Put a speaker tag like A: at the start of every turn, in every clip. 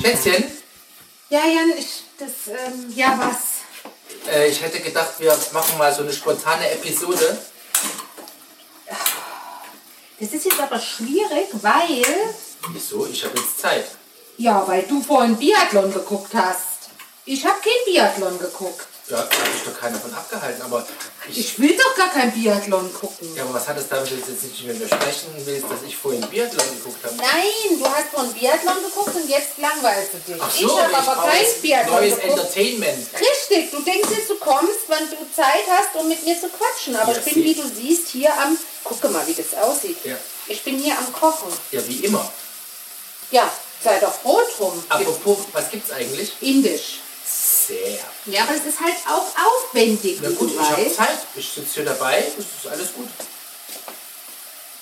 A: Schätzchen,
B: Ja, Jan, ich, das, ähm, ja, was?
A: äh, ich hätte gedacht, wir machen mal so eine spontane Episode.
B: Das ist jetzt aber schwierig, weil,
A: Wieso? Ich habe jetzt Zeit.
B: ja, weil du vorhin Biathlon geguckt hast. Ich habe kein Biathlon geguckt.
A: Ja, da hat mich doch keiner von abgehalten, aber ich.
B: Ich will doch gar kein Biathlon gucken.
A: Ja, aber was hat es damit jetzt jetzt nicht mehr widersprechen willst, dass ich vorhin Biathlon geguckt habe?
B: Nein, du hast vorhin Biathlon geguckt und jetzt langweilst du dich.
A: Ach so,
B: ich habe aber
A: brauche
B: kein
A: jetzt
B: Biathlon
A: Neues
B: geguckt.
A: Entertainment.
B: Richtig, du denkst jetzt, du kommst, wann du Zeit hast, um mit mir zu quatschen. Aber
A: Ja,
B: ich bin,
A: sieh.
B: wie du siehst, hier am. Guck mal, wie das aussieht.
A: Ja.
B: Ich bin hier am Kochen.
A: Ja, wie immer.
B: Ja, sei doch froh drum.
A: Apropos, was gibt's eigentlich?
B: Indisch.
A: Sehr.
B: Ja, aber es ist halt auch aufwendig,
A: Na
B: wie
A: gut,
B: du
A: ich habe
B: weißt.
A: Zeit. Ich sitze hier dabei. Das ist alles gut.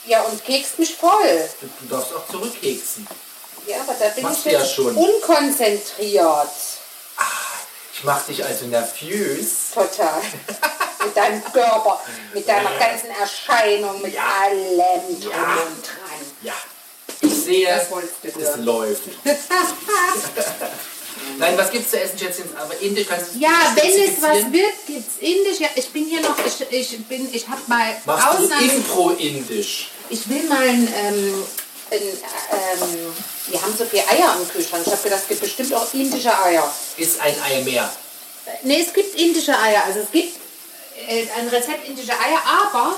B: Ja, und kekst mich voll.
A: Du, du darfst auch zurückkeksen.
B: Ja, aber da bin
A: Machst
B: ich
A: du ja
B: jetzt
A: schon.
B: unkonzentriert.
A: Ich mache dich also nervös.
B: Total. mit deinem Körper, mit deiner ganzen Erscheinung, mit
A: Ja.
B: allem drum
A: Ja.
B: und dran.
A: Ja. Ich sehe,
B: Das wolltest du
A: es
B: hören.
A: läuft. Nein, was gibt's zu essen, Schätzchen? Aber indisch kannst du
B: Ja, wenn es was
A: will.
B: wird, gibt's indisch. Ja, ich bin hier noch, ich, ich bin, ich hab mal
A: Machst du
B: Ausnahme.
A: Impro-Indisch?
B: Ich will mal ein, ähm, ein ähm, wir haben so viele Eier im Kühlschrank. Ich habe gedacht, es gibt bestimmt auch indische Eier.
A: Ist ein Ei mehr.
B: Ne, es gibt indische Eier. Also es gibt äh, ein Rezept indische Eier, aber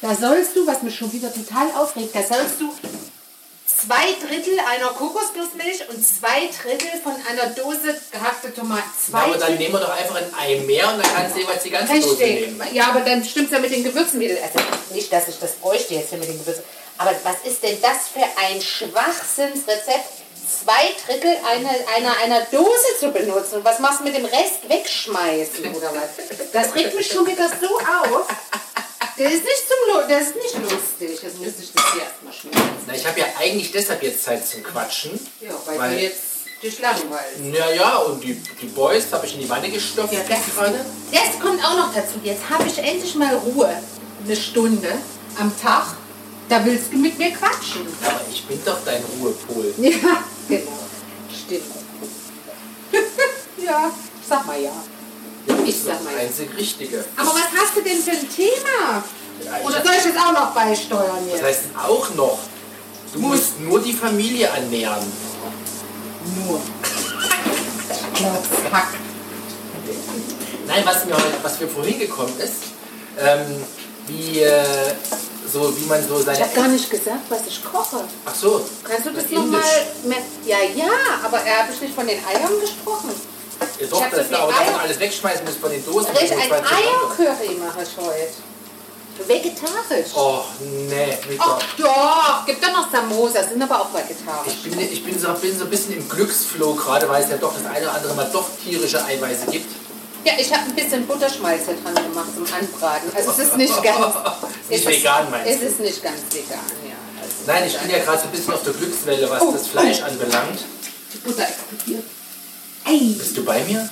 B: da sollst du, was mich schon wieder total aufregt, da sollst du zwei Drittel einer Kokosnussmilch und zwei Drittel von einer Dose gehackte Tomaten.
A: Na,
B: Zwei
A: aber dann
B: Drittel.
A: nehmen wir doch einfach ein Ei mehr und dann kannst du jeweils die ganze Dose
B: Richtig.
A: nehmen.
B: Ja, aber dann stimmt's ja mit den Gewürzen wieder. Also nicht, dass ich das bräuchte jetzt hier mit den Gewürzen. Aber was ist denn das für ein Schwachsinnsrezept? Zwei Drittel einer, einer, einer Dose zu benutzen. Und was machst du mit dem Rest? Wegschmeißen oder was? Das regt mich schon wieder so auf. Das ist nicht, zum, Lu- das ist nicht lustig. Jetzt müsste ich das hier erstmal schmieren.
A: Na, ich habe ja eigentlich deshalb jetzt Zeit zum Quatschen.
B: Ja, weil, du jetzt dich langweilst.
A: Ja, ja, und die, die Boys habe ich in die Wanne gestopft.
B: Ja, das
A: gerade.
B: Das kommt auch noch dazu. Jetzt habe ich endlich mal Ruhe. Eine Stunde am Tag. Da willst du mit mir quatschen.
A: Aber ich bin doch dein Ruhepol.
B: Ja, genau. Stimmt. ja, sag mal ja.
A: Ja, das
B: Ich
A: ist
B: sag
A: das
B: mal-
A: einzig Richtige.
B: Aber was hast du denn für ein Thema?
A: Ja, ich
B: Oder
A: hab-
B: soll ich das auch noch beisteuern
A: Das
B: jetzt?
A: heißt auch noch, du musst nur die Familie annähern.
B: Nur. Klotz, Hack.
A: Nein, was mir, heute- was mir vorhin gekommen ist, ähm, wie, äh, so, wie man so
B: Ich habe
A: seine...
B: gar nicht gesagt, was ich koche.
A: Ach so.
B: Kannst du das
A: Indisch.
B: nochmal... Ja, ja, aber er hat nicht von den Eiern gesprochen.
A: Ja,
B: Ich
A: doch,
B: hab so
A: dass
B: viel
A: du aber dann
B: Eier-
A: alles wegschmeißen musst von den Dosen.
B: Richtig,
A: wo
B: ein
A: ich weiß, was anderes.
B: Eiercurry mache ich heute. Vegetarisch.
A: Oh, nee, Rita.
B: Ach doch, gibt doch noch Samosas, sind aber auch vegetarisch.
A: Ich bin, ich bin, so, bin so ein bisschen im Glücksflow gerade, weil es ja doch das eine oder andere Mal doch tierische Eiweiße gibt.
B: Ja, ich habe ein bisschen Butterschmalz da dran gemacht zum Anbraten. Also es ist nicht ganz...
A: Nicht
B: es
A: vegan,
B: ist,
A: meinst
B: Es ist nicht ganz vegan, ja. Also
A: Nein, ich bin ja gerade so ein bisschen auf der Glückswelle, was
B: Oh,
A: das Fleisch
B: oh.
A: anbelangt.
B: die Butter explodiert. Ey,
A: Bist du bei mir?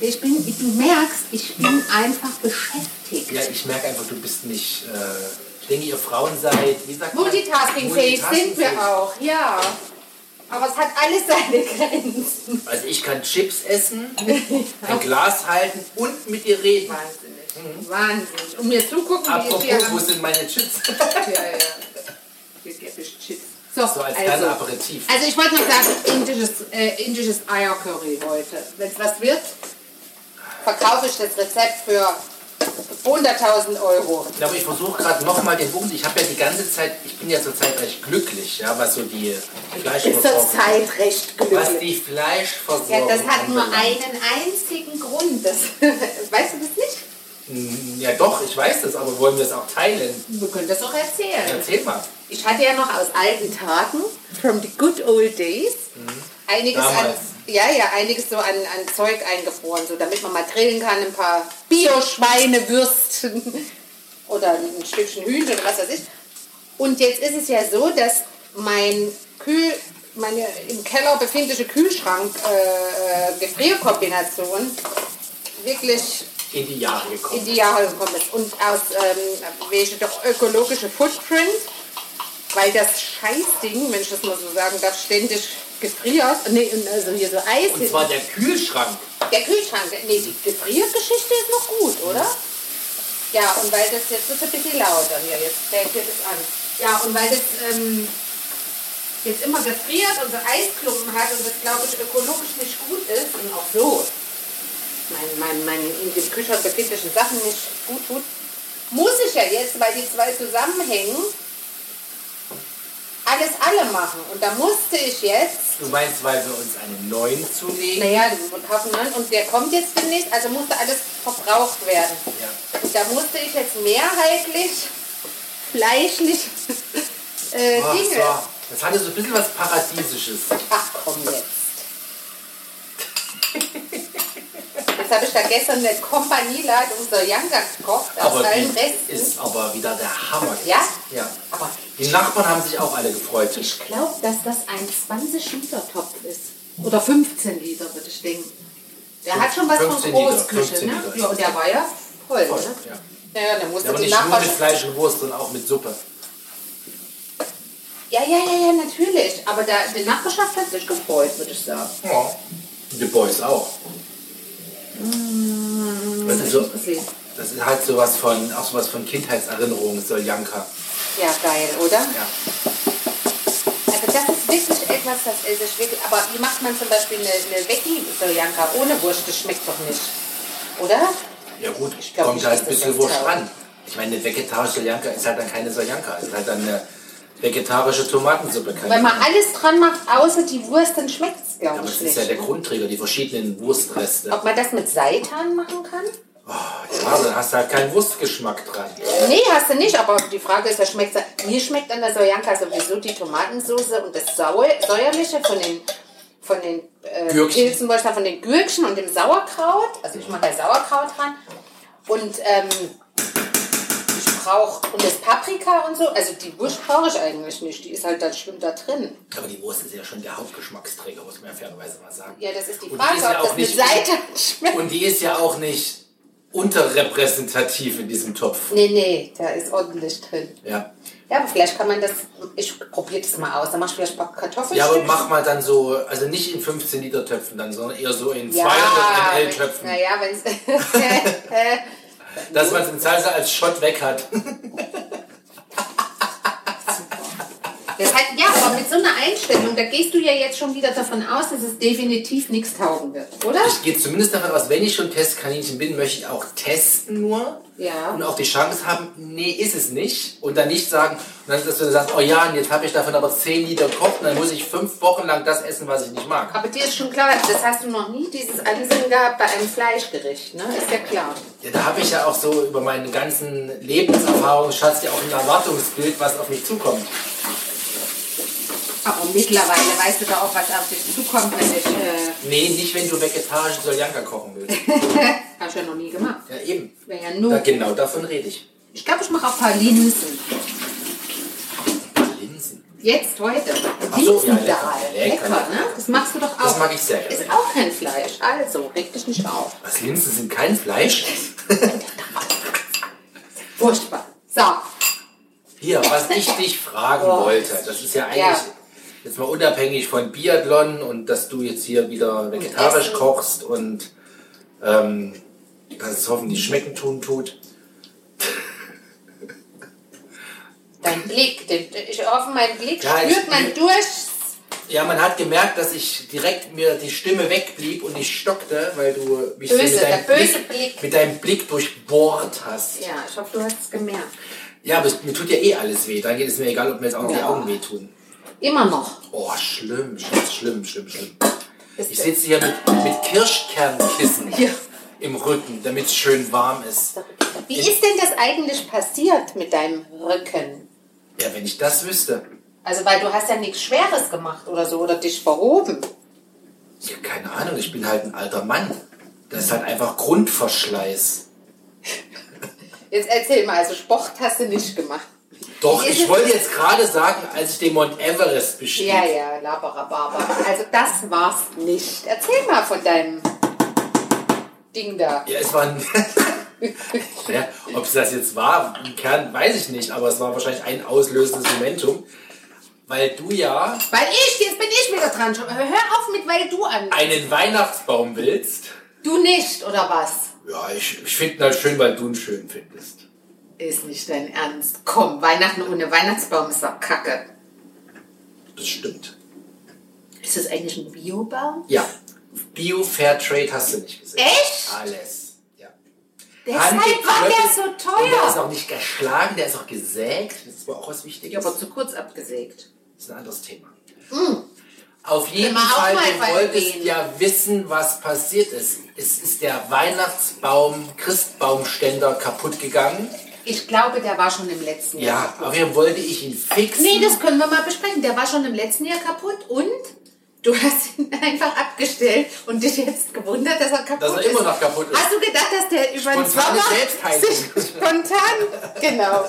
B: ich bin, du merkst, ich bin einfach beschäftigt.
A: Ja, ich merke einfach, du bist nicht. Äh, ich denke, ihr Frauen seid. Wie sagt man?
B: Multitasking-fähig sind
A: Multitasking-fähig.
B: wir auch, ja. Aber es hat alles seine Grenzen.
A: Also, ich kann Chips essen, ein Glas halten und mit dir reden.
B: Wahnsinnig. Wahnsinnig. Und mir zugucken, wie ich
A: Mhm. Apropos, wo
B: hier...
A: sind meine Chips?
B: Ja, ja. Hier gebe ich Chips. So,
A: So als kleines
B: also,
A: Aperitif.
B: also ich wollte noch sagen, indisches, äh, indisches Eiercurry heute. Wenn es was wird, verkaufe ich das Rezept für 100.000 Euro.
A: Ja, Aber ich versuche gerade nochmal den Punkt. Ich habe ja die ganze Zeit, ich bin ja zurzeit recht glücklich, ja, was so die
B: Ist
A: Fleischversorgung.
B: zurzeit recht
A: Was
B: glücklich.
A: die Oh, Fleischversorgung.
B: Ja, das hat nur
A: anbelangt.
B: einen einzigen Grund. Das, weißt du das nicht?
A: Ja, doch, ich weiß das, aber wollen wir es auch teilen?
B: Wir können das auch erzählen.
A: Erzähl mal.
B: Ich hatte ja noch aus alten Tagen, from the good old days, einiges an,
A: Damals.
B: ja, ja, einiges so an, an Zeug eingefroren, so damit man mal grillen kann, ein paar Bio-Schweinewürsten oder ein Stückchen Hühnchen oder was weiß ich. Und jetzt ist es ja so, dass mein Kühl, meine im Keller befindliche Kühlschrank-Gefrierkombination äh, Gefrierkombination wirklich
A: In die Jahre gekommen.
B: in die Jahre gekommen ist. Und aus ähm, welche doch ökologische Footprint, weil das Scheißding, wenn ich das mal so sagen darf, ständig Gefrier, nee, also hier so Eis.
A: Und zwar der Kühlschrank.
B: Der Kühlschrank, nee, die Gefriergeschichte ist noch gut, oder? Ja, und weil das jetzt wird ein bisschen lauter hier, jetzt fällt dir das an. Ja, und weil das ähm, jetzt immer gefriert und so Eisklumpen hat und das, glaube ich, ökologisch nicht gut ist und auch so mein, mein, mein in dem Kühlschrank befindlichen Sachen nicht gut tut, muss ich ja jetzt, weil die zwei zusammenhängen, alles alle machen. Und da musste ich jetzt
A: Du meinst, weil wir uns einen neuen zulegen?
B: Naja, wir kaufen einen und der kommt jetzt demnächst, also musste alles verbraucht werden.
A: Ja.
B: Und da musste ich jetzt mehrheitlich, fleischlich äh,
A: Ach,
B: Dinge.
A: so. Das hatte so ein bisschen was Paradiesisches.
B: Ach komm jetzt. Jetzt habe ich da gestern eine Kompanielade unser Yanga gekocht aus
A: aber
B: allen
A: die
B: Resten.
A: ist aber wieder der Hammer.
B: Ja?
A: Ja.
B: Aber
A: Die Nachbarn haben sich auch alle gefreut.
B: ich glaube, dass das ein 20 Liter Topf ist. Oder 15 Liter, würde ich denken. Der hat schon was von
A: 15 Liter,
B: Großküche,
A: 15
B: ne?
A: Liter.
B: Ja, und der war ja voll,
A: Voll,
B: ne?
A: ja.
B: Ja, ja, dann musste
A: Ja, aber
B: die
A: nicht nur
B: Nachbarn...
A: mit Fleisch und Wurst, sondern auch mit Suppe.
B: Ja, ja, ja, ja, natürlich. Aber da, die Nachbarschaft hat sich gefreut, würde ich sagen.
A: Ja. Die Boys auch. Das, ist so,
B: Ich muss sehen.
A: das ist halt sowas von, auch sowas von Kindheitserinnerungen, Soljanka.
B: Ja, geil, oder?
A: Ja.
B: Also das ist wirklich etwas, das esse ich wirklich... Aber wie macht man zum Beispiel eine, eine veggie soljanka ohne Wurst? Das schmeckt doch nicht. Oder?
A: Ja gut, ich
B: glaub,
A: kommt
B: ich
A: halt ein
B: esse
A: bisschen
B: das
A: Wurst
B: jetzt auch.
A: ran. Ich meine, eine vegetarische Soljanka ist halt dann keine Soljanka. Es ist halt dann eine vegetarische Tomatensuppe. keine
B: Wenn man
A: Ahnung.
B: alles dran macht, außer die Wurst, dann schmeckt es, glaube
A: Aber
B: ich,
A: das
B: nicht.
A: ist ja der Grundträger, die verschiedenen Wurstreste.
B: Ob man das mit Seitan machen kann?
A: Ja, dann hast du halt keinen Wurstgeschmack dran.
B: Nee, hast du nicht, aber die Frage ist, ja, schmeckt Mir schmeckt an der Sojanka sowieso die Tomatensoße und das Sau Säuerliche von den, von den äh,
A: Gürkchen.
B: Pilzen, wollte ich sagen, von den Gürkchen und dem Sauerkraut. Also ich mache da Sauerkraut dran. Und ähm, ich brauche, und das Paprika und so, also die Wurst brauche ich eigentlich nicht, die ist halt, dann schwimmt da drin.
A: Aber die Wurst ist ja schon der Hauptgeschmacksträger, muss man ja fairerweise mal sagen.
B: Ja, das ist die
A: Und die
B: Frage,
A: ist ja
B: ob das
A: auch
B: mit
A: nicht-
B: Seitan schmeckt.
A: Und die ist ja auch nicht unterrepräsentativ in diesem Topf.
B: Nee, nee, da ist ordentlich drin.
A: Ja,
B: Ja, aber vielleicht kann man das. Ich probiere das mal aus. Dann machst du vielleicht ein paar Kartoffeln.
A: ja aber mach mal dann so, also nicht in 15-Liter-Töpfen dann, sondern eher so in 200 ml-Töpfen,
B: Naja, wenn es.
A: dass man es in Salsa als Schott weg hat.
B: Das hat, ja, aber mit so einer Einstellung, da gehst du ja jetzt schon wieder davon aus, dass es definitiv nichts taugen wird, oder?
A: Ich gehe zumindest davon aus, wenn ich schon Testkaninchen bin, möchte ich auch testen nur.
B: Ja.
A: Und auch die Chance haben, nee, ist es nicht. Und dann nicht sagen, und dann, dass du dann sagst, oh ja, und jetzt habe ich davon aber 10 Liter gekocht und dann muss ich fünf Wochen lang das essen, was ich nicht mag.
B: Aber dir ist schon klar, das hast du noch nie, dieses Ansinnen gehabt bei einem Fleischgericht, ne? Ist ja klar.
A: Ja, da habe ich ja auch so über meinen ganzen Lebenserfahrungsschatz ja auch ein Erwartungsbild, was auf mich zukommt.
B: Aber mittlerweile weißt du da auch, was auf dich zukommt, wenn ich. Äh,
A: Nee, nicht wenn du vegetarischen Soljanka kochen willst.
B: hab ich ja noch nie gemacht.
A: Ja, eben.
B: Wäre ja
A: Da,
B: nur.
A: genau davon rede ich.
B: Ich glaube, ich mache auch ein paar Linsen.
A: Linsen.
B: Jetzt heute.
A: Ach so, ja,
B: Linsendahl.
A: lecker, lecker.
B: ne? Das magst du doch auch.
A: Das mag ich sehr gerne.
B: Ist auch kein Fleisch. Also, reg dich nicht auf.
A: Was, Linsen sind kein Fleisch?
B: Furchtbar. So,
A: Hier, was ich dich fragen
B: Boah.
A: wollte, das ist ja eigentlich
B: Oh. Ja.
A: jetzt mal unabhängig von Biathlon und dass du jetzt hier wieder vegetarisch
B: Essen.
A: kochst und ähm, dass es hoffentlich schmecken tun tut.
B: dein Blick. den- Ich hoffe, mein Blick
A: Ja, ich-
B: spürt man durch.
A: Ja, man hat gemerkt, dass ich direkt mir die Stimme wegblieb und ich stockte, weil du mich
B: Böse,
A: mit, deinem
B: der böse Blick.
A: mit deinem Blick durchbohrt hast.
B: Ja, ich hoffe, du hast es gemerkt.
A: Ja, aber es, mir tut ja eh alles weh. Dann geht es mir egal, ob mir jetzt auch noch die
B: Ja.
A: Augen wehtun.
B: Immer noch.
A: Oh, schlimm, schlimm, schlimm, schlimm, schlimm.
B: Ist
A: Ich sitze hier mit, mit Kirschkernkissen
B: Ja.
A: im Rücken, damit es schön warm ist.
B: Wie ist denn das eigentlich passiert mit deinem Rücken?
A: Ja, wenn ich das wüsste.
B: Also, weil du hast ja nichts Schweres gemacht oder so oder dich verhoben.
A: Ja, keine Ahnung, ich bin halt ein alter Mann. Das ist halt einfach Grundverschleiß.
B: Jetzt erzähl mal, also Sport hast du nicht gemacht.
A: Doch,
B: Wie ist
A: ich
B: es-
A: wollte jetzt gerade sagen, als ich den Mount Everest bestieg.
B: Ja, ja, Labarababa. Also das war's nicht. Erzähl mal von deinem Ding da.
A: Ja, es war ein. ja, ob es das jetzt war, im Kern weiß ich nicht, aber es war wahrscheinlich ein auslösendes Momentum. weil du ja
B: Weil ich, jetzt bin ich wieder dran. Hör auf mit, weil du an.
A: einen Weihnachtsbaum willst.
B: Du nicht, oder was?
A: Ja, ich, ich finde ihn halt schön, weil du ihn schön findest.
B: Ist nicht dein Ernst. Komm, Weihnachten ohne Weihnachtsbaum ist doch kacke.
A: Das stimmt.
B: Ist das eigentlich ein Biobaum?
A: Ja. Bio Fair Trade hast du nicht gesehen.
B: Echt?
A: Alles. Ja.
B: Deshalb war der so
A: Handgeklöppelt. Und Der ist
B: teuer.
A: auch nicht geschlagen, der ist auch gesägt. Das ist aber auch was
B: Ja,
A: Wichtiges.
B: aber Hm. zu kurz abgesägt.
A: Das ist ein anderes Thema. Auf jeden
B: Immer
A: Fall,
B: auf
A: du
B: mein
A: wolltest
B: Waldbein.
A: ja wissen, was passiert ist. Es ist der Weihnachtsbaum, Christbaumständer kaputt gegangen.
B: Ich glaube, der war schon im letzten Jahr.
A: Ja, auf jeden Fall wollte ich ihn fixen.
B: Nee, das können wir mal besprechen. Der war schon im letzten Jahr kaputt und du hast ihn einfach abgestellt und dich jetzt gewundert, dass er kaputt
A: Dass er
B: ist.
A: immer noch kaputt ist.
B: Hast du gedacht, dass der über den
A: Spontane
B: Sommer
A: Selbstheilung.
B: sich spontan... Genau.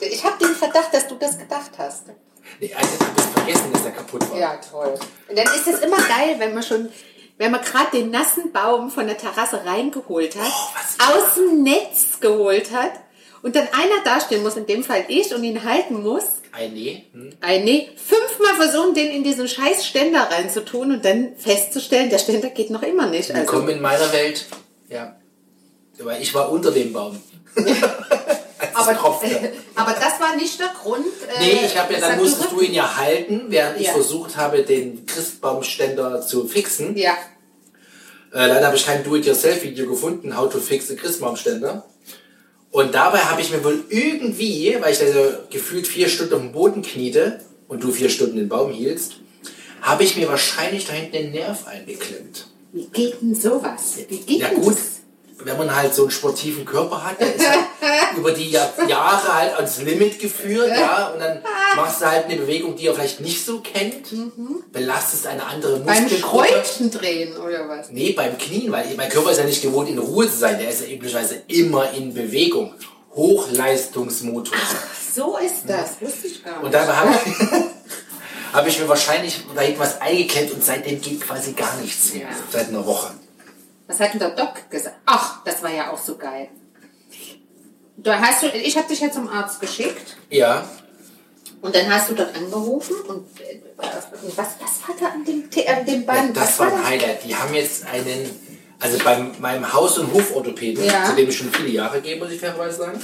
B: Ich habe den Verdacht, dass du das gedacht hast.
A: nee, also ich habe vergessen, dass er kaputt war.
B: Ja, toll. Und dann ist es immer geil, wenn man schon... Wenn man gerade den nassen Baum von der Terrasse reingeholt hat,
A: Oh,
B: aus dem Netz geholt hat und dann einer dastehen muss, in dem Fall ich, und ihn halten muss
A: Ei, nee. Hm.
B: Ei, nee, fünfmal versuchen, den in diesen scheiß Ständer reinzutun und dann festzustellen, der Ständer geht noch immer nicht. Also,
A: Willkommen in meiner Welt. Ja. Aber ich war unter dem Baum. Als es tropfte.
B: äh, aber das war nicht der Grund. Äh,
A: Nee, ich habe ja, dann
B: dass er
A: musstest du
B: gerückt-
A: ihn ja halten, während ich
B: Ja.
A: versucht habe, den Christbaumständer zu fixen.
B: Ja,
A: Äh, leider habe ich kein Do-it-yourself-Video gefunden, how to fix a Christbaumständer. Und dabei habe ich mir wohl irgendwie, weil ich da so gefühlt vier Stunden auf dem Boden kniete und du vier Stunden den Baum hielst, habe ich mir wahrscheinlich da hinten den Nerv eingeklemmt.
B: wie geht denn sowas? Wie geht
A: Ja
B: denn
A: gut,
B: das?
A: wenn man halt so einen sportiven Körper hat, der ist halt über die Jahr Jahre halt ans Limit geführt, ja, und dann
B: Ah.
A: machst du halt eine Bewegung, die er vielleicht nicht so kennt, belastest eine andere
B: Mhm. Beim
A: Muskelgruppe.
B: Kreuzchen drehen oder was?
A: Nee, beim Knien, weil mein Körper ist ja nicht gewohnt, in Ruhe zu sein. Der ist ja üblicherweise immer in Bewegung. Hochleistungsmotor.
B: So ist das, wusste ich gar nicht.
A: Und dabei habe ich, hab ich mir wahrscheinlich da irgendwas eingeklemmt und seitdem geht quasi gar nichts mehr.
B: Ja.
A: Seit einer Woche.
B: Was hat denn der Doc gesagt? Ach, das war ja auch so geil. Da hast du, ich habe dich ja zum Arzt geschickt.
A: Ja,
B: Und dann hast du dort angerufen und äh, was, was war da an dem, T- an dem
A: ja
B: Band?
A: das
B: was
A: war ein Highlight. Die haben jetzt einen, also bei meinem Haus- und Hoforthopäden,
B: Ja.
A: zu dem ich schon viele Jahre gehe, muss ich fairerweise sagen.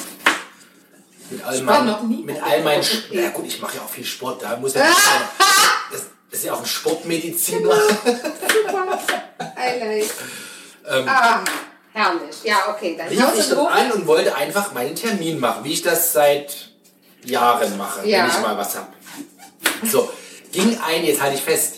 A: Mit all
B: war
A: meinen,
B: noch nie
A: mit
B: bei
A: all meinen,
B: Orthopäden.
A: ja gut, ich mache ja auch viel Sport, da muss ja nicht Das das ist ja auch ein Sportmediziner.
B: Genau. Super. Highlight.
A: Ähm.
B: ah, herrlich. Ja, okay. Dann
A: rief ich
B: Haus und
A: dort
B: Hof.
A: an und wollte einfach meinen Termin machen, wie ich das seit Jahren mache,
B: Ja.
A: wenn ich mal was habe. So, ging ein, jetzt halte ich fest,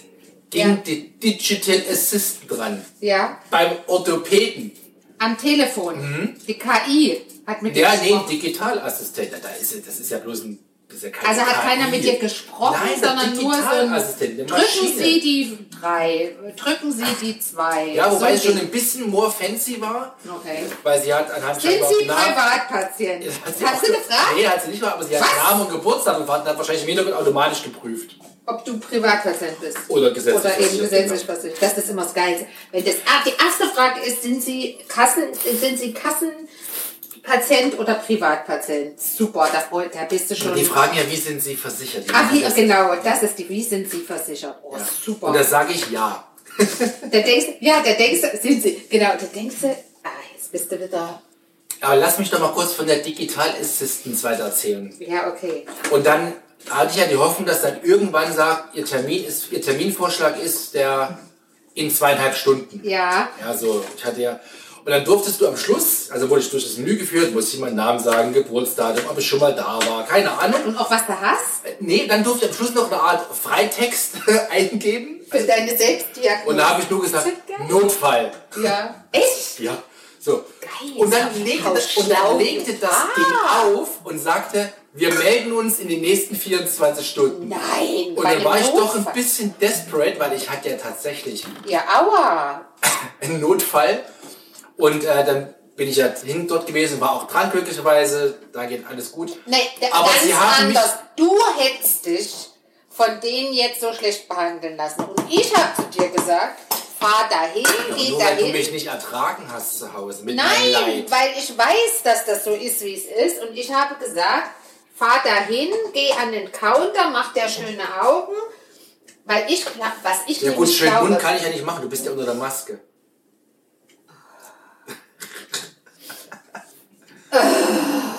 A: ging
B: Ja.
A: die Digital Assistant dran.
B: Ja,
A: Beim Orthopäden.
B: am Telefon. Die KI hat mit
A: Mhm. Ja,
B: dir
A: nee,
B: gesprochen.
A: Digitalassistent. Na, Da ist, ja- das ist ja bloß ein. Das ist ja keine
B: Also hat
A: KI.
B: keiner mit dir gesprochen,
A: Nein, der
B: sondern nur so ein,
A: Digitalassistent, eine
B: drücken
A: Maschine.
B: Sie die drei, drücken Sie die zwei.
A: Ja, wobei es
B: so
A: schon ein bisschen more fancy war,
B: Okay.
A: weil sie hat anhand
B: Sind
A: scheinbar
B: Sie
A: auch Namen-
B: Privatpatient?
A: Hat
B: Hast
A: sie auch
B: du
A: ge-
B: gefragt,
A: Nee, hat sie nicht mal, aber sie hat
B: Was?
A: Namen und Geburtstag und hat wahrscheinlich im Hintergrund automatisch geprüft.
B: ob du Privatpatient bist?
A: Oder gesetzlich
B: Oder eben
A: versichert, genau.
B: gesetzlich versichert. Das ist immer das Geilste. Wenn das, ah, die erste Frage ist, sind Sie Kassen, sind Sie Kassenpatient oder Privatpatient? Super, da freut, da bist du schon.
A: Die fragen ja, wie sind sie versichert? Die
B: Ah, wie,
A: machen das.
B: genau, das ist die, wie sind Sie versichert? Oh, super.
A: Und da sage ich ja.
B: der denkst, du- ja, der denkst, du, sind Sie, genau, der denkst, du, ah, jetzt bist du wieder,
A: Aber lass mich doch mal kurz von der Digital Assistance weiter erzählen.
B: ja, okay.
A: Und dann hatte ich ja die Hoffnung, dass dann irgendwann sagt, ihr, Termin ist, ihr Terminvorschlag ist der in zweieinhalb Stunden.
B: Ja,
A: Ja, so, ich hatte ja. Und dann durftest du am Schluss, also wurde ich durch das Menü geführt, musste ich meinen Namen sagen, Geburtsdatum, ob ich schon mal da war, keine Ahnung.
B: und auch was du hast?
A: Nee, dann durfte ich am Schluss noch eine Art Freitext eingeben.
B: Für deine Selbstdiagnose.
A: Und da habe ich nur gesagt,
B: Geil.
A: Notfall.
B: Ja. Echt?
A: Ja, so.
B: Geil,
A: und dann
B: so
A: legte,
B: schlau Ah.
A: das, und dann legte das
B: gedacht.
A: Ding auf und sagte, wir melden uns in den nächsten 24 Stunden.
B: Nein.
A: Und
B: bei
A: dann
B: dem
A: war ich doch ein
B: Notfall.
A: bisschen desperate, weil ich hatte ja tatsächlich
B: Ja, aua.
A: einen Notfall. Und äh, dann bin ich ja hin dort gewesen, war auch dran glücklicherweise. Da geht alles gut.
B: Nee, der,
A: Aber
B: ganz
A: sie haben mich-
B: anders. Du hättest dich von denen jetzt so schlecht behandeln lassen. Und ich habe zu dir gesagt, fahr dahin, geh
A: Nur weil du
B: dahin.
A: mich nicht ertragen hast zu Hause mit meinem
B: Nein,
A: Leid.
B: weil ich weiß, dass das so ist, wie es ist. Und ich habe gesagt, fahr dahin, geh an den Counter, mach der schöne Augen. Weil ich, glaub- was ich
A: Ja
B: nämlich
A: gut, schön
B: glaube,
A: bunt kann ich ja nicht machen, du bist ja unter der Maske.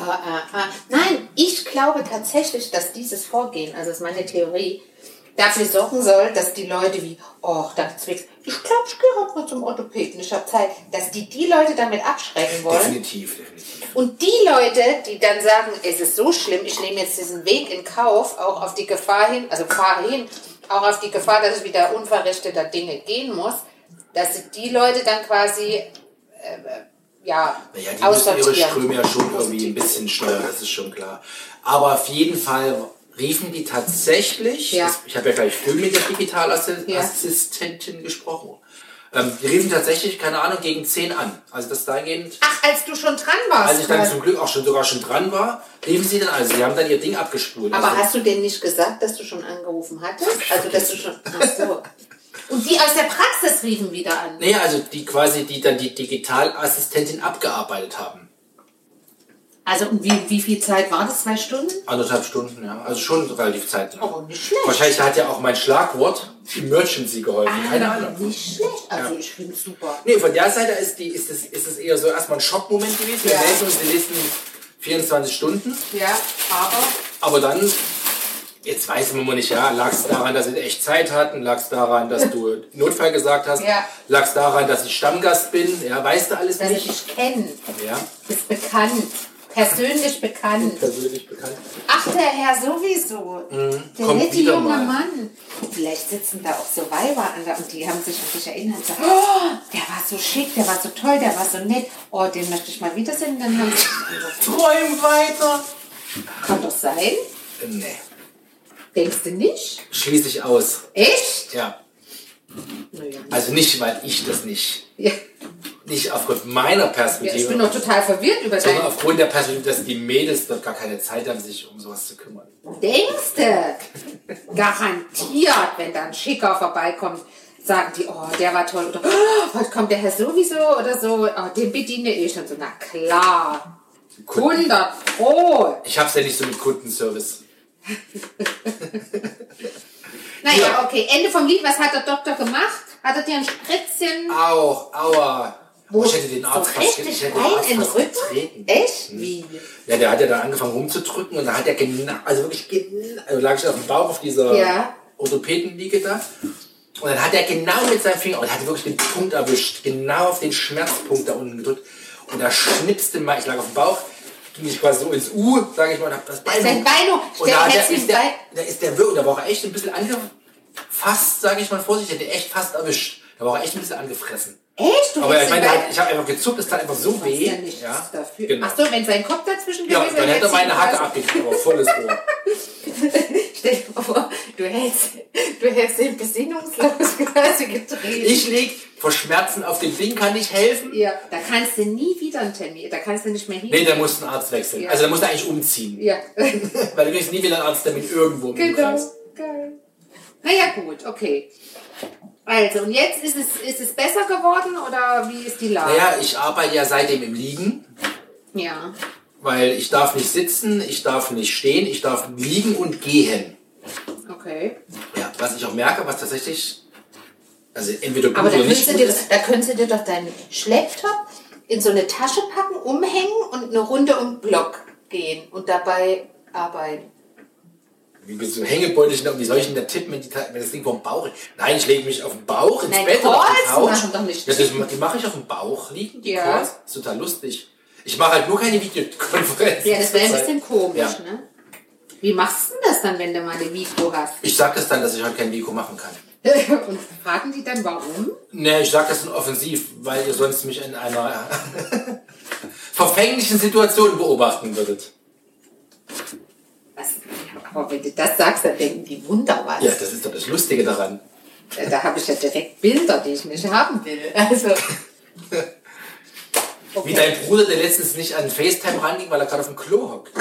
B: Ah, ah. Nein, ich glaube tatsächlich, dass dieses Vorgehen, also das ist meine Theorie, dafür sorgen soll, dass die Leute wie, oh, da zwicks, ich glaube, ich gehe heute mal zum Orthopäden, ich habe Zeit, dass die die Leute damit abschrecken wollen.
A: Definitiv, definitiv.
B: Und die Leute, die dann sagen, es ist so schlimm, ich nehme jetzt diesen Weg in Kauf, auch auf die Gefahr hin, also fahre hin, auch auf die Gefahr, dass ich wieder unverrichteter Dinge gehen muss, dass die Leute dann quasi, äh, äh, ja,
A: Naja, die müssen ihre Ströme ja schon irgendwie ein bisschen steuern, das ist schon klar. Aber auf jeden Fall riefen die tatsächlich,
B: Ja.
A: das- ich habe ja gleich früh mit der Digitalassistentin
B: Ja.
A: Assistentin gesprochen, ähm, die riefen tatsächlich, keine Ahnung, gegen 10 an. Also das dahingehend,
B: Ach, als du schon dran warst.
A: als ich dann
B: Karl.
A: zum Glück auch schon sogar schon dran war, riefen sie dann, also sie haben dann ihr Ding abgespult.
B: Aber
A: also,
B: hast du denn nicht gesagt, dass du schon angerufen hattest? Also, dass du schon. Ach so. Und die aus der Praxis riefen wieder an.
A: Nee, also die quasi, die dann die Digitalassistentin abgearbeitet haben.
B: Also, und wie, wie viel Zeit war das? Zwei Stunden?
A: Anderthalb Stunden, ja. Also schon relativ zeitnah.
B: Oh, nicht schlecht.
A: Wahrscheinlich hat ja auch mein Schlagwort Emergency geholfen. Keine
B: Ah,
A: Ahnung.
B: Nicht schlecht. Also, ich finde super.
A: Nee, von der Seite ist, die, ist, es, ist es eher so erstmal ein Schockmoment gewesen. Wir
B: Ja.
A: melden uns die nächsten 24 Stunden.
B: Ja, aber.
A: Aber dann, jetzt weiß man nicht, ja, lag es daran, dass wir echt Zeit hatten, lag es daran, dass du Notfall gesagt hast,
B: Ja.
A: lag es daran, dass ich Stammgast bin, ja, weißt du alles
B: Dass ich
A: nicht?
B: dich kenne,
A: Ja,
B: ist bekannt. Persönlich bekannt.
A: persönlich bekannt.
B: Ach, der Herr sowieso. Der
A: Mhm. kommt
B: nette
A: wieder
B: junge
A: mal.
B: Mann. Vielleicht sitzen da auch so Weiber an da und die haben sich an dich erinnert. So, oh, der war so schick, der war so toll, der war so nett. Oh, den möchte ich mal wiedersehen. Dann haben sie,
A: Träum weiter!
B: kann doch sein.
A: Nee,
B: Denkst du nicht?
A: schließe ich aus.
B: Echt?
A: Ja,
B: Naja.
A: also nicht, weil ich das nicht,
B: Ja,
A: nicht aufgrund meiner
B: ja,
A: Perspektive,
B: ich bin noch total verwirrt über
A: sondern
B: deinen.
A: aufgrund der Perspektive, dass die Mädels dort gar keine Zeit haben, sich um sowas zu kümmern.
B: Denkst du? Garantiert, wenn da ein Schicker vorbeikommt, sagen die, oh, der war toll. Oder oh, heute kommt der Herr sowieso oder so. Oh, den bediene ich. Und so, na klar. 100 Pro.
A: Ich hab's ja nicht so mit Kundenservice.
B: Naja,
A: Ja.
B: okay. Ende vom Lied. Was hat der Doktor gemacht? Hat er dir ein Spritzchen?
A: Auch, aua.
B: Wo-
A: Oh, ich hätte den Arzt
B: so
A: fast,
B: richtig
A: ich hätte den
B: rein
A: Arzt
B: in den
A: fast
B: Rücken?
A: getreten. Mhm.
B: Echt? Wie?
A: Ja, der hat ja dann angefangen rumzudrücken und da hat er genau, also wirklich genau, also lag ich auf dem Bauch auf dieser
B: Ja.
A: Orthopädenliege da. Und dann hat er genau mit seinem Finger, und hat wirklich den Punkt erwischt, genau auf den Schmerzpunkt da unten gedrückt. Und da schnipste mal, ich lag auf dem Bauch, ging ich quasi so ins U, sage ich mal, und hab das Bein.
B: Sein
A: hoch.
B: Bein hoch.
A: Und
B: Der
A: da, hat
B: hätt's
A: er-
B: ihm
A: ist der,
B: Bein-
A: da ist der wirklich, da war er echt ein bisschen angefasst, sage ich mal vorsichtig, der echt fast erwischt. Da war er echt ein bisschen angefressen.
B: Echt? Du
A: Aber
B: willst
A: ich meine, der
B: den Ball-
A: hat, ich habe einfach gezuckt, es tat einfach so
B: Du hast
A: weh.
B: ja nichts dafür.
A: Genau.
B: Ach so, wenn sein Kopf dazwischen
A: ja,
B: gewesen
A: dann hätte er
B: hätt's
A: meine
B: ihn
A: Hacke
B: quasi-
A: abgekriegt, aber volles Ohr.
B: Stell dir mal vor, du hättest, du hättest den besinnungslos quasi getrieben.
A: Ich lieg vor Schmerzen auf dem Ding, kann nicht helfen.
B: ja, da kannst du nie wieder einen Termin, da kannst du nicht mehr hin.
A: Nee, der muss einen Arzt wechseln.
B: Ja.
A: Also der muss eigentlich umziehen.
B: Ja,
A: Weil du kriegst nie wieder einen Arzt damit irgendwo im
B: genau.
A: Umkreis.
B: Geil. Naja, gut, okay. Also, und jetzt ist es, ist es besser geworden oder wie ist die Lage?
A: Naja, ich arbeite ja seitdem im Liegen,
B: Ja.
A: weil ich darf nicht sitzen, ich darf nicht stehen, ich darf liegen und gehen.
B: Okay.
A: Ja, was ich auch merke, was tatsächlich, also entweder gut
B: Aber da
A: oder nicht
B: könntest, du
A: gut
B: dir,
A: ist.
B: da könntest du dir doch deinen Schlepptop in so eine Tasche packen, umhängen und eine Runde um den Block gehen und dabei arbeiten.
A: Wie bist du Hängebeutelchen und wie soll ich denn da tippen, wenn, die, Ta- wenn das Ding vom Bauch Nein, ich lege mich auf den Bauch ins
B: Nein,
A: Bett oder auf die
B: Calls
A: Couch.
B: machen doch nicht
A: ja, das, ma- die mache ich auf dem Bauch liegen, die
B: Ja.
A: Calls. Ist total lustig. Ich mache halt nur keine Videokonferenzen.
B: Ja, das wäre ein bisschen komisch,
A: Ja.
B: ne? Wie machst du denn das dann, wenn du mal eine Vico hast?
A: Ich sag das dann, dass ich halt kein Video machen kann.
B: Und fragen die dann warum?
A: Nee, ich sag das dann offensiv, weil ihr sonst mich in einer verfänglichen Situation beobachten würdet.
B: Was? Aber wenn du das sagst, dann denken die Wunder was.
A: Ja, das ist doch das Lustige daran.
B: Äh, Da habe ich ja direkt Bilder, die ich nicht haben will. Also.
A: Wie
B: Okay.
A: dein Bruder, der letztens nicht an FaceTime ranging, weil er gerade auf dem Klo hockt.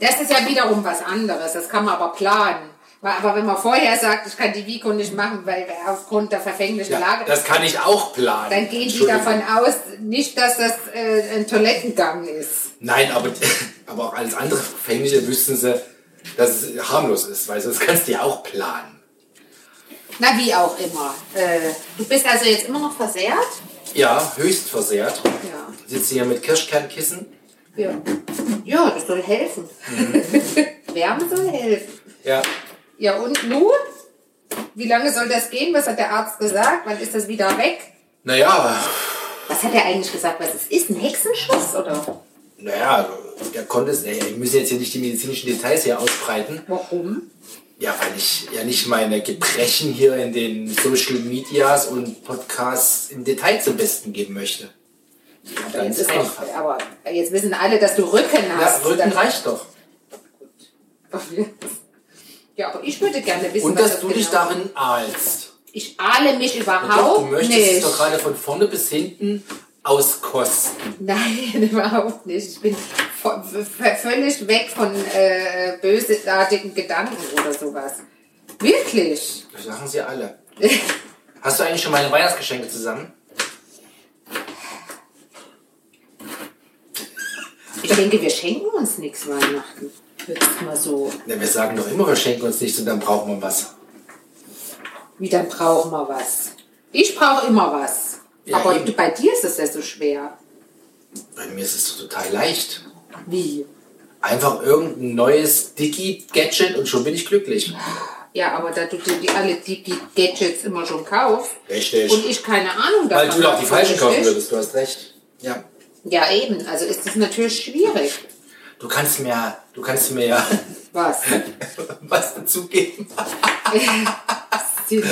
B: Das ist ja wiederum was anderes, das kann man aber planen. Weil- Aber wenn man vorher sagt, ich kann die Vico nicht machen, weil wir aufgrund der verfänglichen
A: Ja,
B: Lage,
A: das kann ich auch planen.
B: dann gehen die
A: Entschuldigung.
B: davon aus, nicht, dass das äh, ein Toilettengang ist.
A: Nein, aber, aber auch alles andere Gefängnisse wüssten sie, dass es harmlos ist, weil sonst kannst du ja auch planen.
B: Na, wie auch immer. Äh, du bist also jetzt immer noch versehrt?
A: Ja, höchst versehrt.
B: Ja.
A: Sitzt hier mit Kirschkernkissen.
B: Ja, ja das soll helfen.
A: Mhm.
B: Wärme soll helfen.
A: Ja,
B: Ja, und nun? Wie lange soll das gehen? Was hat der Arzt gesagt? Wann ist das wieder weg?
A: naja,
B: Was hat er eigentlich gesagt? Was es ist? Ein Hexenschuss, oder?
A: naja, der konnte es. Naja, ich muss jetzt hier nicht die medizinischen Details hier ausbreiten.
B: Warum?
A: Ja, weil ich ja nicht meine Gebrechen hier in den Social Medias und Podcasts im Detail zum Besten geben möchte.
B: Jetzt
A: Ganz
B: ist
A: einfach.
B: er, aber jetzt wissen alle, dass du Rücken
A: Ja,
B: hast.
A: Rücken reicht doch.
B: Ja, aber ich würde gerne wissen,
A: Und
B: was
A: dass
B: das
A: du dich
B: genau-
A: darin ahlst.
B: Ich ahle mich
A: Doch,
B: überhaupt
A: du möchtest es
B: nicht.
A: doch gerade von vorne bis hinten auskosten.
B: Nein, überhaupt nicht. Ich bin vo- v- völlig weg von äh, bösartigen Gedanken oder sowas. Wirklich?
A: Das sagen sie alle. Hast du eigentlich schon meine Weihnachtsgeschenke zusammen?
B: Ich denke, wir schenken uns nichts Weihnachten. Jetzt mal so.
A: Na, wir sagen doch immer, wir schenken uns nichts und dann brauchen wir was.
B: Wie, dann brauchen wir was. Ich brauche immer was.
A: Ja,
B: aber
A: eben.
B: bei dir ist es ja so schwer.
A: Bei mir ist es total leicht.
B: Wie?
A: Einfach irgendein neues Dicky-Gadget und schon bin ich glücklich.
B: Ja, aber da du dir die, alle die, die Gadgets immer schon kaufst
A: Richtig.
B: und ich keine Ahnung
A: Weil du doch
B: habe,
A: die falschen kaufen
B: richtig?
A: würdest, du hast recht. Ja.
B: Ja, eben. Also ist es natürlich schwierig.
A: Du kannst mir ja, du kannst mir ja
B: Was?
A: was dazugeben.
B: Sinnlos.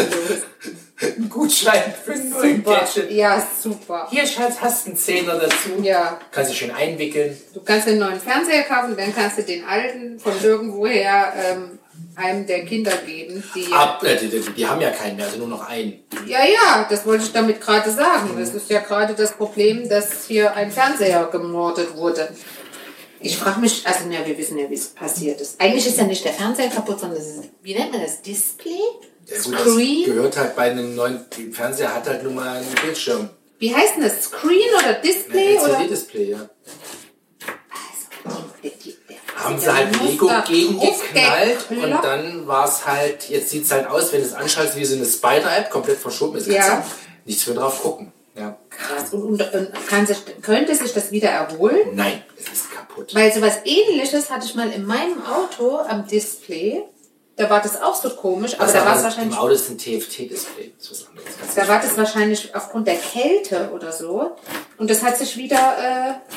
A: Einen Gutschein für ein neues
B: Super.
A: Gadget.
B: Ja, super.
A: Hier, Schatz, hast einen Zehner dazu.
B: Ja,
A: Kannst du schön einwickeln.
B: du kannst den neuen Fernseher kaufen, dann kannst du den alten von irgendwoher ähm, einem der Kinder geben. Die,
A: Ab, äh, die, die, die haben ja keinen mehr, also nur noch einen.
B: Ja, ja, das wollte ich damit gerade sagen. Das ist ja gerade das Problem, dass hier ein Fernseher gemordet wurde. Ich frage mich, also ja, wir wissen ja, wie es passiert ist. Eigentlich ist ja nicht der Fernseher kaputt, sondern das ist, wie nennt man das, Display?
A: Ja, gut, das
B: Screen?
A: gehört halt bei einem neuen dem Fernseher, hat halt nur mal einen Bildschirm.
B: Wie heißt denn das? Screen oder Display?
A: Ein
B: Oder?
A: LCD-Display, ja.
B: Also, die- die- der-
A: Haben sie
B: der
A: halt
B: muss
A: Lego
B: da
A: gegengeknallt und
B: draufgekloppt.
A: dann war es halt, jetzt sieht es halt aus, wenn du es anschaltest, wie so eine Spider-App, komplett verschoben ist.
B: Ja.
A: Kannst du Nichts mehr drauf gucken. Ja.
B: Krass. Und, und, und kann sich, könnte sich das wieder erholen?
A: Oh Nein, es ist kaputt.
B: Weil sowas ähnliches hatte ich mal in meinem Auto am Display. Da war das auch so komisch, aber
A: Also,
B: da war es
A: aber
B: wahrscheinlich.
A: Im Auto ist ein TFT-Display. Das ist was anderes. Kannst
B: Da
A: du-
B: war das wahrscheinlich aufgrund der Kälte oder so. Und das hat sich wieder. Äh,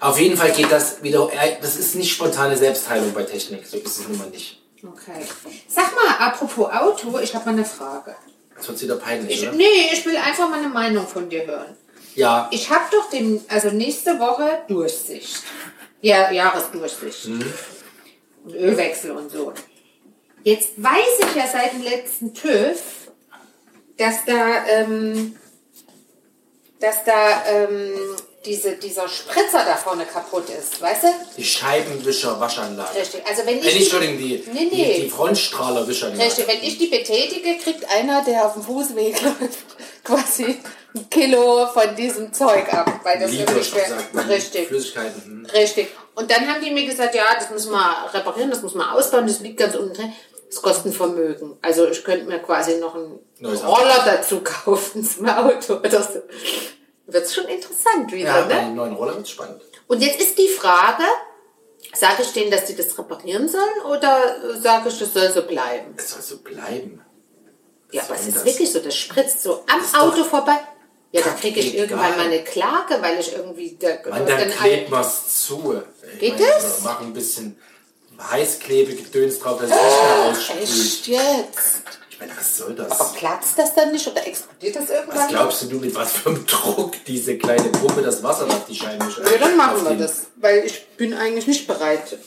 A: Auf jeden Fall geht das wieder. äh, Das ist nicht spontane Selbstheilung bei Technik. So ist es nun mal nicht.
B: äh, okay. Sag mal, apropos Auto, ich habe mal eine Frage.
A: Das wird wieder peinlich,
B: Ich,
A: oder?
B: nee, ich will einfach mal eine Meinung von dir hören.
A: Ja.
B: Ich habe doch den, also nächste Woche Durchsicht. Ja, Jahresdurchsicht.
A: Mhm.
B: Und Ölwechsel und so. Jetzt weiß ich ja seit dem letzten TÜV, dass da, ähm, dass da ähm, diese, dieser Spritzer da vorne kaputt ist, weißt du?
A: Die Scheibenwischer-Waschanlage.
B: Richtig. Also wenn ich,
A: Äh, nicht,
B: die,
A: Entschuldigung, die,
B: Nee,
A: die,
B: nee.
A: die Frontstrahler-Wischanlage.
B: richtig, wenn ich die betätige, kriegt einer, der auf dem Fußweg läuft, quasi ein Kilo von diesem Zeug ab, weil das
A: Liter,
B: wirklich schwer.
A: sagt man.
B: Richtig.
A: Flüssigkeiten. Hm.
B: Richtig. Und dann haben die mir gesagt, ja, das muss man reparieren, das muss man ausbauen, das liegt ganz unten drin. Das kostet ein Vermögen. Also ich könnte mir quasi noch einen
A: Neues Auto.
B: Roller dazu kaufen zum Auto oder so. Wird schon interessant wieder,
A: Ja, bei
B: ne?
A: den neuen Roller wird spannend.
B: Und jetzt ist die Frage, sage ich denen, dass die das reparieren sollen oder sage ich, das soll so bleiben?
A: Es soll so bleiben.
B: Ja,
A: Was
B: aber es
A: soll
B: ist
A: das?
B: wirklich so, das spritzt so am
A: doch
B: Auto vorbei. Ja, da kriege ich
A: kackegal.
B: irgendwann mal eine Klage, weil ich irgendwie... Da,
A: Man, dann
B: dann- halt-
A: klebt was zu. Ich
B: Geht
A: meine,
B: das?
A: wir Machen ein bisschen Heißklebegedöns drauf, dass es nicht mehr rausspült.
B: Ah, Echt jetzt?
A: Ich meine, was soll das?
B: Platzt das dann nicht oder explodiert das irgendwann?
A: Was glaubst du, mit was für einem Druck diese kleine Pumpe das Wasser auf die Scheibe schlägt?
B: Ja, dann machen
A: Auf
B: wir
A: den-
B: das, weil ich bin eigentlich nicht bereit.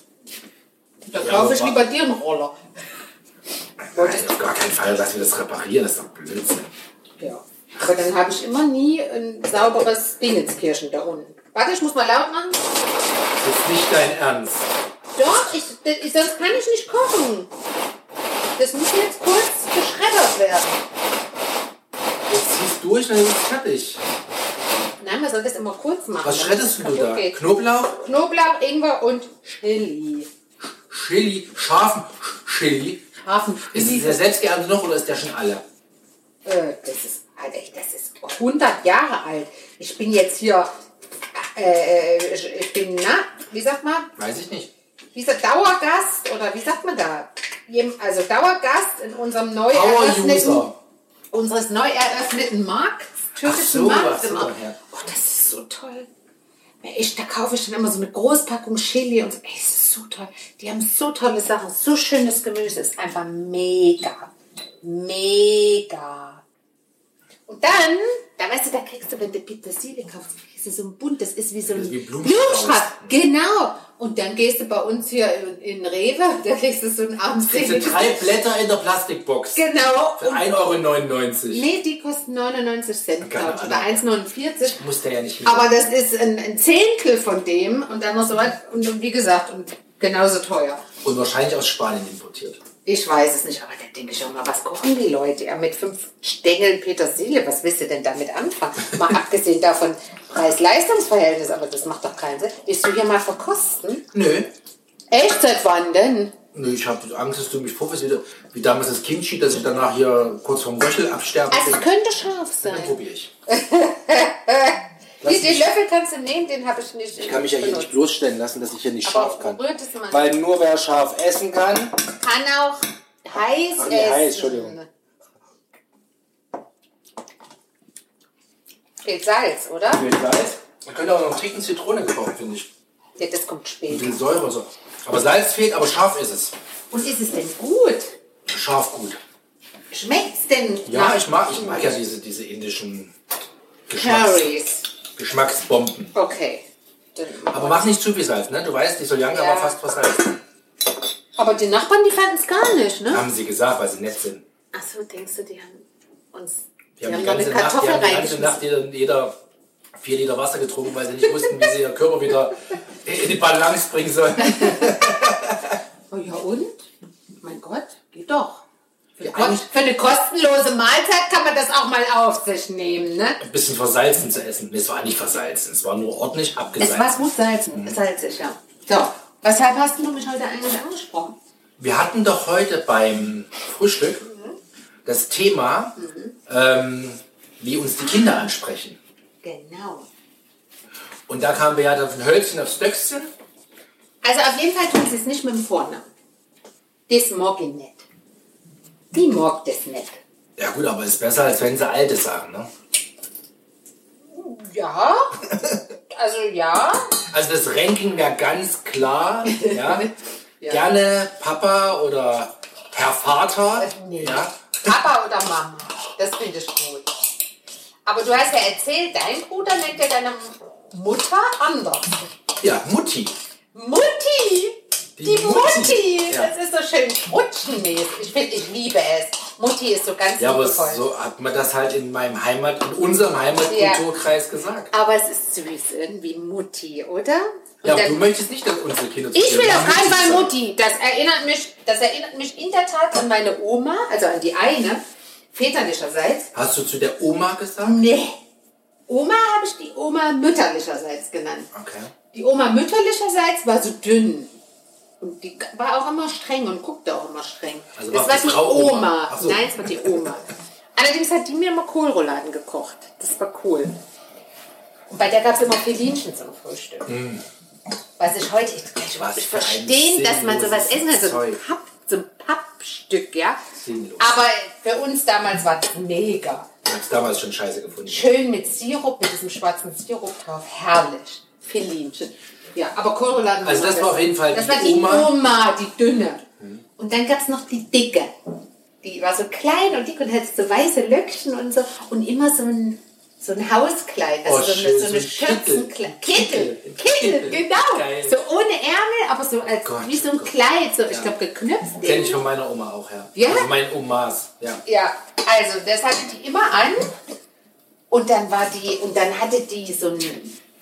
B: Da
A: Ja,
B: kaufe ich
A: aber-
B: lieber dir einen Roller.
A: Nein, auf gar keinen Fall, dass wir das reparieren. Das ist doch Blödsinn.
B: Ja. Aber dann habe ich immer nie ein sauberes Dingenskirchen da unten. Warte, ich muss mal laut machen.
A: Das ist nicht dein Ernst.
B: Doch, ich, ich, sonst kann ich nicht kochen. Das muss jetzt kurz geschreddert werden.
A: Jetzt ziehst du durch, dann ist es fertig.
B: Nein, man soll das immer kurz machen.
A: Was
B: damit
A: schreddest du
B: es
A: da?
B: kaputt geht.
A: Knoblauch,
B: Knoblauch, Ingwer und Chili.
A: Chili, scharfen Chili.
B: Hafen.
A: Ist es der selbstgeerntet noch oder ist der schon alle?
B: Äh, das ist, Alter, ich- das ist 100 Jahre alt. Ich bin jetzt hier, äh, äh, ich ich bin, na, wie sagt man,
A: Weiß ich nicht.
B: wie sagt, Dauergast oder wie sagt man da? Jem- Also Dauergast in unserem neu
A: Power
B: eröffneten,
A: User.
B: unseres neu eröffneten Markts,
A: Ach
B: türkischen
A: so, ach
B: Markts.
A: so,
B: immer.
A: ja.
B: Oh, das ist so toll. Ich, da kaufe ich dann immer so eine Großpackung Chili und so. Ey, es ist so toll. Die haben so tolle Sachen, so schönes Gemüse. Ist einfach mega. Mega. Und dann, da weißt du, da kriegst du, wenn du Petersilie kaufst, kriegst du so ein bunt, das ist wie so ein
A: ist wie Blumenstrauß.
B: Blumenstrauß. Genau. Und dann gehst du bei uns hier in, in Rewe, da kriegst du so ein
A: Es sind
B: armseliges.
A: drei Blätter in der Plastikbox.
B: Genau.
A: Für 1,99 Euro.
B: Nee, die kosten 99 Cent,
A: Keine
B: glaube ich, oder
A: Ahnung.
B: 1,49.
A: Muss der ja nicht mit.
B: Aber das ist ein, ein Zehntel von dem und dann noch so was. Und, und wie gesagt, und genauso teuer.
A: Und wahrscheinlich aus Spanien importiert.
B: Ich weiß es nicht, aber da denke ich auch mal, was kochen die Leute? Ja, mit fünf Stängeln Petersilie, was willst du denn damit anfangen? Mal abgesehen davon Preis-Leistungs-Verhältnis, aber das macht doch keinen Sinn. Willst du hier mal verkosten?
A: Nö.
B: Echt, seit wann denn?
A: Nö, ich habe Angst, dass du mich profis wieder, wie damals das Kind schied, dass ich danach hier kurz vom Röchel absterben
B: Also es
A: bin.
B: könnte scharf
A: Dann
B: sein.
A: probiere ich.
B: Hier, den Löffel kannst du nehmen, den habe ich nicht
A: Ich kann mich ja hier nicht bloßstellen lassen, dass ich hier nicht
B: Aber
A: scharf kann.
B: rührt es mal.
A: Weil nur wer scharf essen kann,
B: Kann auch heiß
A: Ach, nee,
B: essen.
A: heiß, Entschuldigung.
B: Fehlt Salz, oder?
A: wird Salz. Man könnte auch noch einen Ticken Zitrone gebrauchen, finde ich.
B: Ja, das kommt
A: Ein
B: später.
A: bisschen Säure so. Aber Salz fehlt, aber scharf ist es.
B: Und ist es denn gut?
A: Scharf gut.
B: Schmeckt's denn
A: Ja,
B: nach
A: ich mag, ich mag ja diese, diese indischen Geschmacks,
B: Curries?
A: Geschmacksbomben.
B: Okay. Dann machen
A: Aber
B: wir-
A: mach nicht zu viel Salz, ne? Du weißt, die Soljanka
B: Ja.
A: war fast versalzt.
B: Aber die Nachbarn, die fanden es gar nicht, ne?
A: Haben sie gesagt, weil sie nett sind.
B: Achso, denkst du, die haben uns...
A: Die haben, die
B: noch
A: ganze Nacht, die haben die ganze Nacht jeder, jeder vier Liter Wasser getrunken, weil sie nicht wussten, wie sie ihren Körper wieder in die Balance bringen sollen.
B: Oh ja, und? Mein Gott, geht doch. Für,
A: Ja,
B: Kost,
A: eigentlich-
B: für eine kostenlose Mahlzeit kann man das auch mal auf sich nehmen, ne?
A: Ein bisschen versalzen zu essen. Nee, Es war nicht versalzen, es war nur ordentlich
B: Es war
A: abgesalzen.
B: gut salzig, salzig, ja. Mhm. So, weshalb hast du mich heute eigentlich angesprochen?
A: Wir hatten doch heute beim Frühstück das Thema, ähm, wie uns die Kinder ansprechen.
B: Genau.
A: Und da kamen wir ja dann von Hölzchen aufs Stöckchen.
B: Also auf jeden Fall tun sie es nicht mit dem Vornamen. Das mag ich nicht. Die mag das nicht.
A: Ja gut, aber ist besser, als wenn sie alte sagen, ne?
B: Ja, also ja.
A: Also das Ranking wäre ganz klar, ja?
B: Ja.
A: Gerne Papa oder Herr Vater.
B: Nee.
A: Ja.
B: Papa oder Mama, das finde ich gut. Aber du hast ja erzählt, dein Bruder nennt ja deine Mutter anders.
A: ja, Mutti.
B: Mutti! Die,
A: Die
B: Mutti!
A: Mutti.
B: Das ist so schön rutschenmäßig. Ich finde, ich liebe es. Mutti ist so ganz
A: Ja, aber
B: liebevoll.
A: so hat man das halt in meinem Heimat, in unserem Heimatkulturkreis gesagt.
B: Aber es ist süß, irgendwie Mutti, oder? Und
A: Ja, aber
B: dann-
A: du möchtest nicht, dass unsere Kinder zu
B: ich
A: dir
B: will auf
A: Mutti
B: keinen Fall
A: sagen.
B: Mutti. Das erinnert mich, das erinnert mich in der Tat an meine Oma, also an die eine, väterlicherseits.
A: Hast du zu der Oma gesagt?
B: Nee. Oma habe ich die Oma mütterlicherseits genannt.
A: Okay.
B: Die Oma mütterlicherseits war so dünn. Und die war auch immer streng und guckte auch immer streng.
A: Also
B: das
A: war
B: war
A: die
B: die
A: Frau
B: Oma.
A: Oma. Ach so.
B: Nein, es war die Oma. Allerdings hat die mir immer Kohlrouladen gekocht. Das war cool. Und bei der gab es immer Felinchen zum Frühstück.
A: Hm.
B: Was ich heute, ich, ich,
A: Was
B: ich
A: für ein
B: verstehe, dass man sowas essen kann. So ein,
A: sinnloses
B: Papp, so ein Pappstück, ja.
A: Sinnlos.
B: Aber für uns damals war das mega.
A: Ich hab's damals schon scheiße gefunden.
B: Schön mit Sirup, mit diesem schwarzen Sirup drauf. Herrlich. Filinchen. Ja, aber Kohlrouladen.
A: Also
B: waren
A: das war auf jeden Fall
B: Das
A: die
B: war die Oma,
A: Oma. Mhm.
B: die dünne. Und dann gab es noch die dicke. Die war so klein und dick und hatte so weiße Löckchen und so. Und immer so ein, so ein Hauskleid. Also
A: Oh,
B: so,
A: schön,
B: eine,
A: so
B: so eine
A: ein Kittel.
B: Schürzenkleid. Kittel. Kittel,
A: Kittel.
B: genau.
A: Geil.
B: So ohne Ärmel, aber so als,
A: Gott,
B: wie so ein
A: Gott.
B: Kleid. So, Ich glaube, geknöpft.
A: Kenn ich von meiner Oma auch, ja.
B: Ja?
A: Also meinen Omas, ja.
B: Ja, also das hatte die immer an. Und dann war die, und dann hatte die so ein,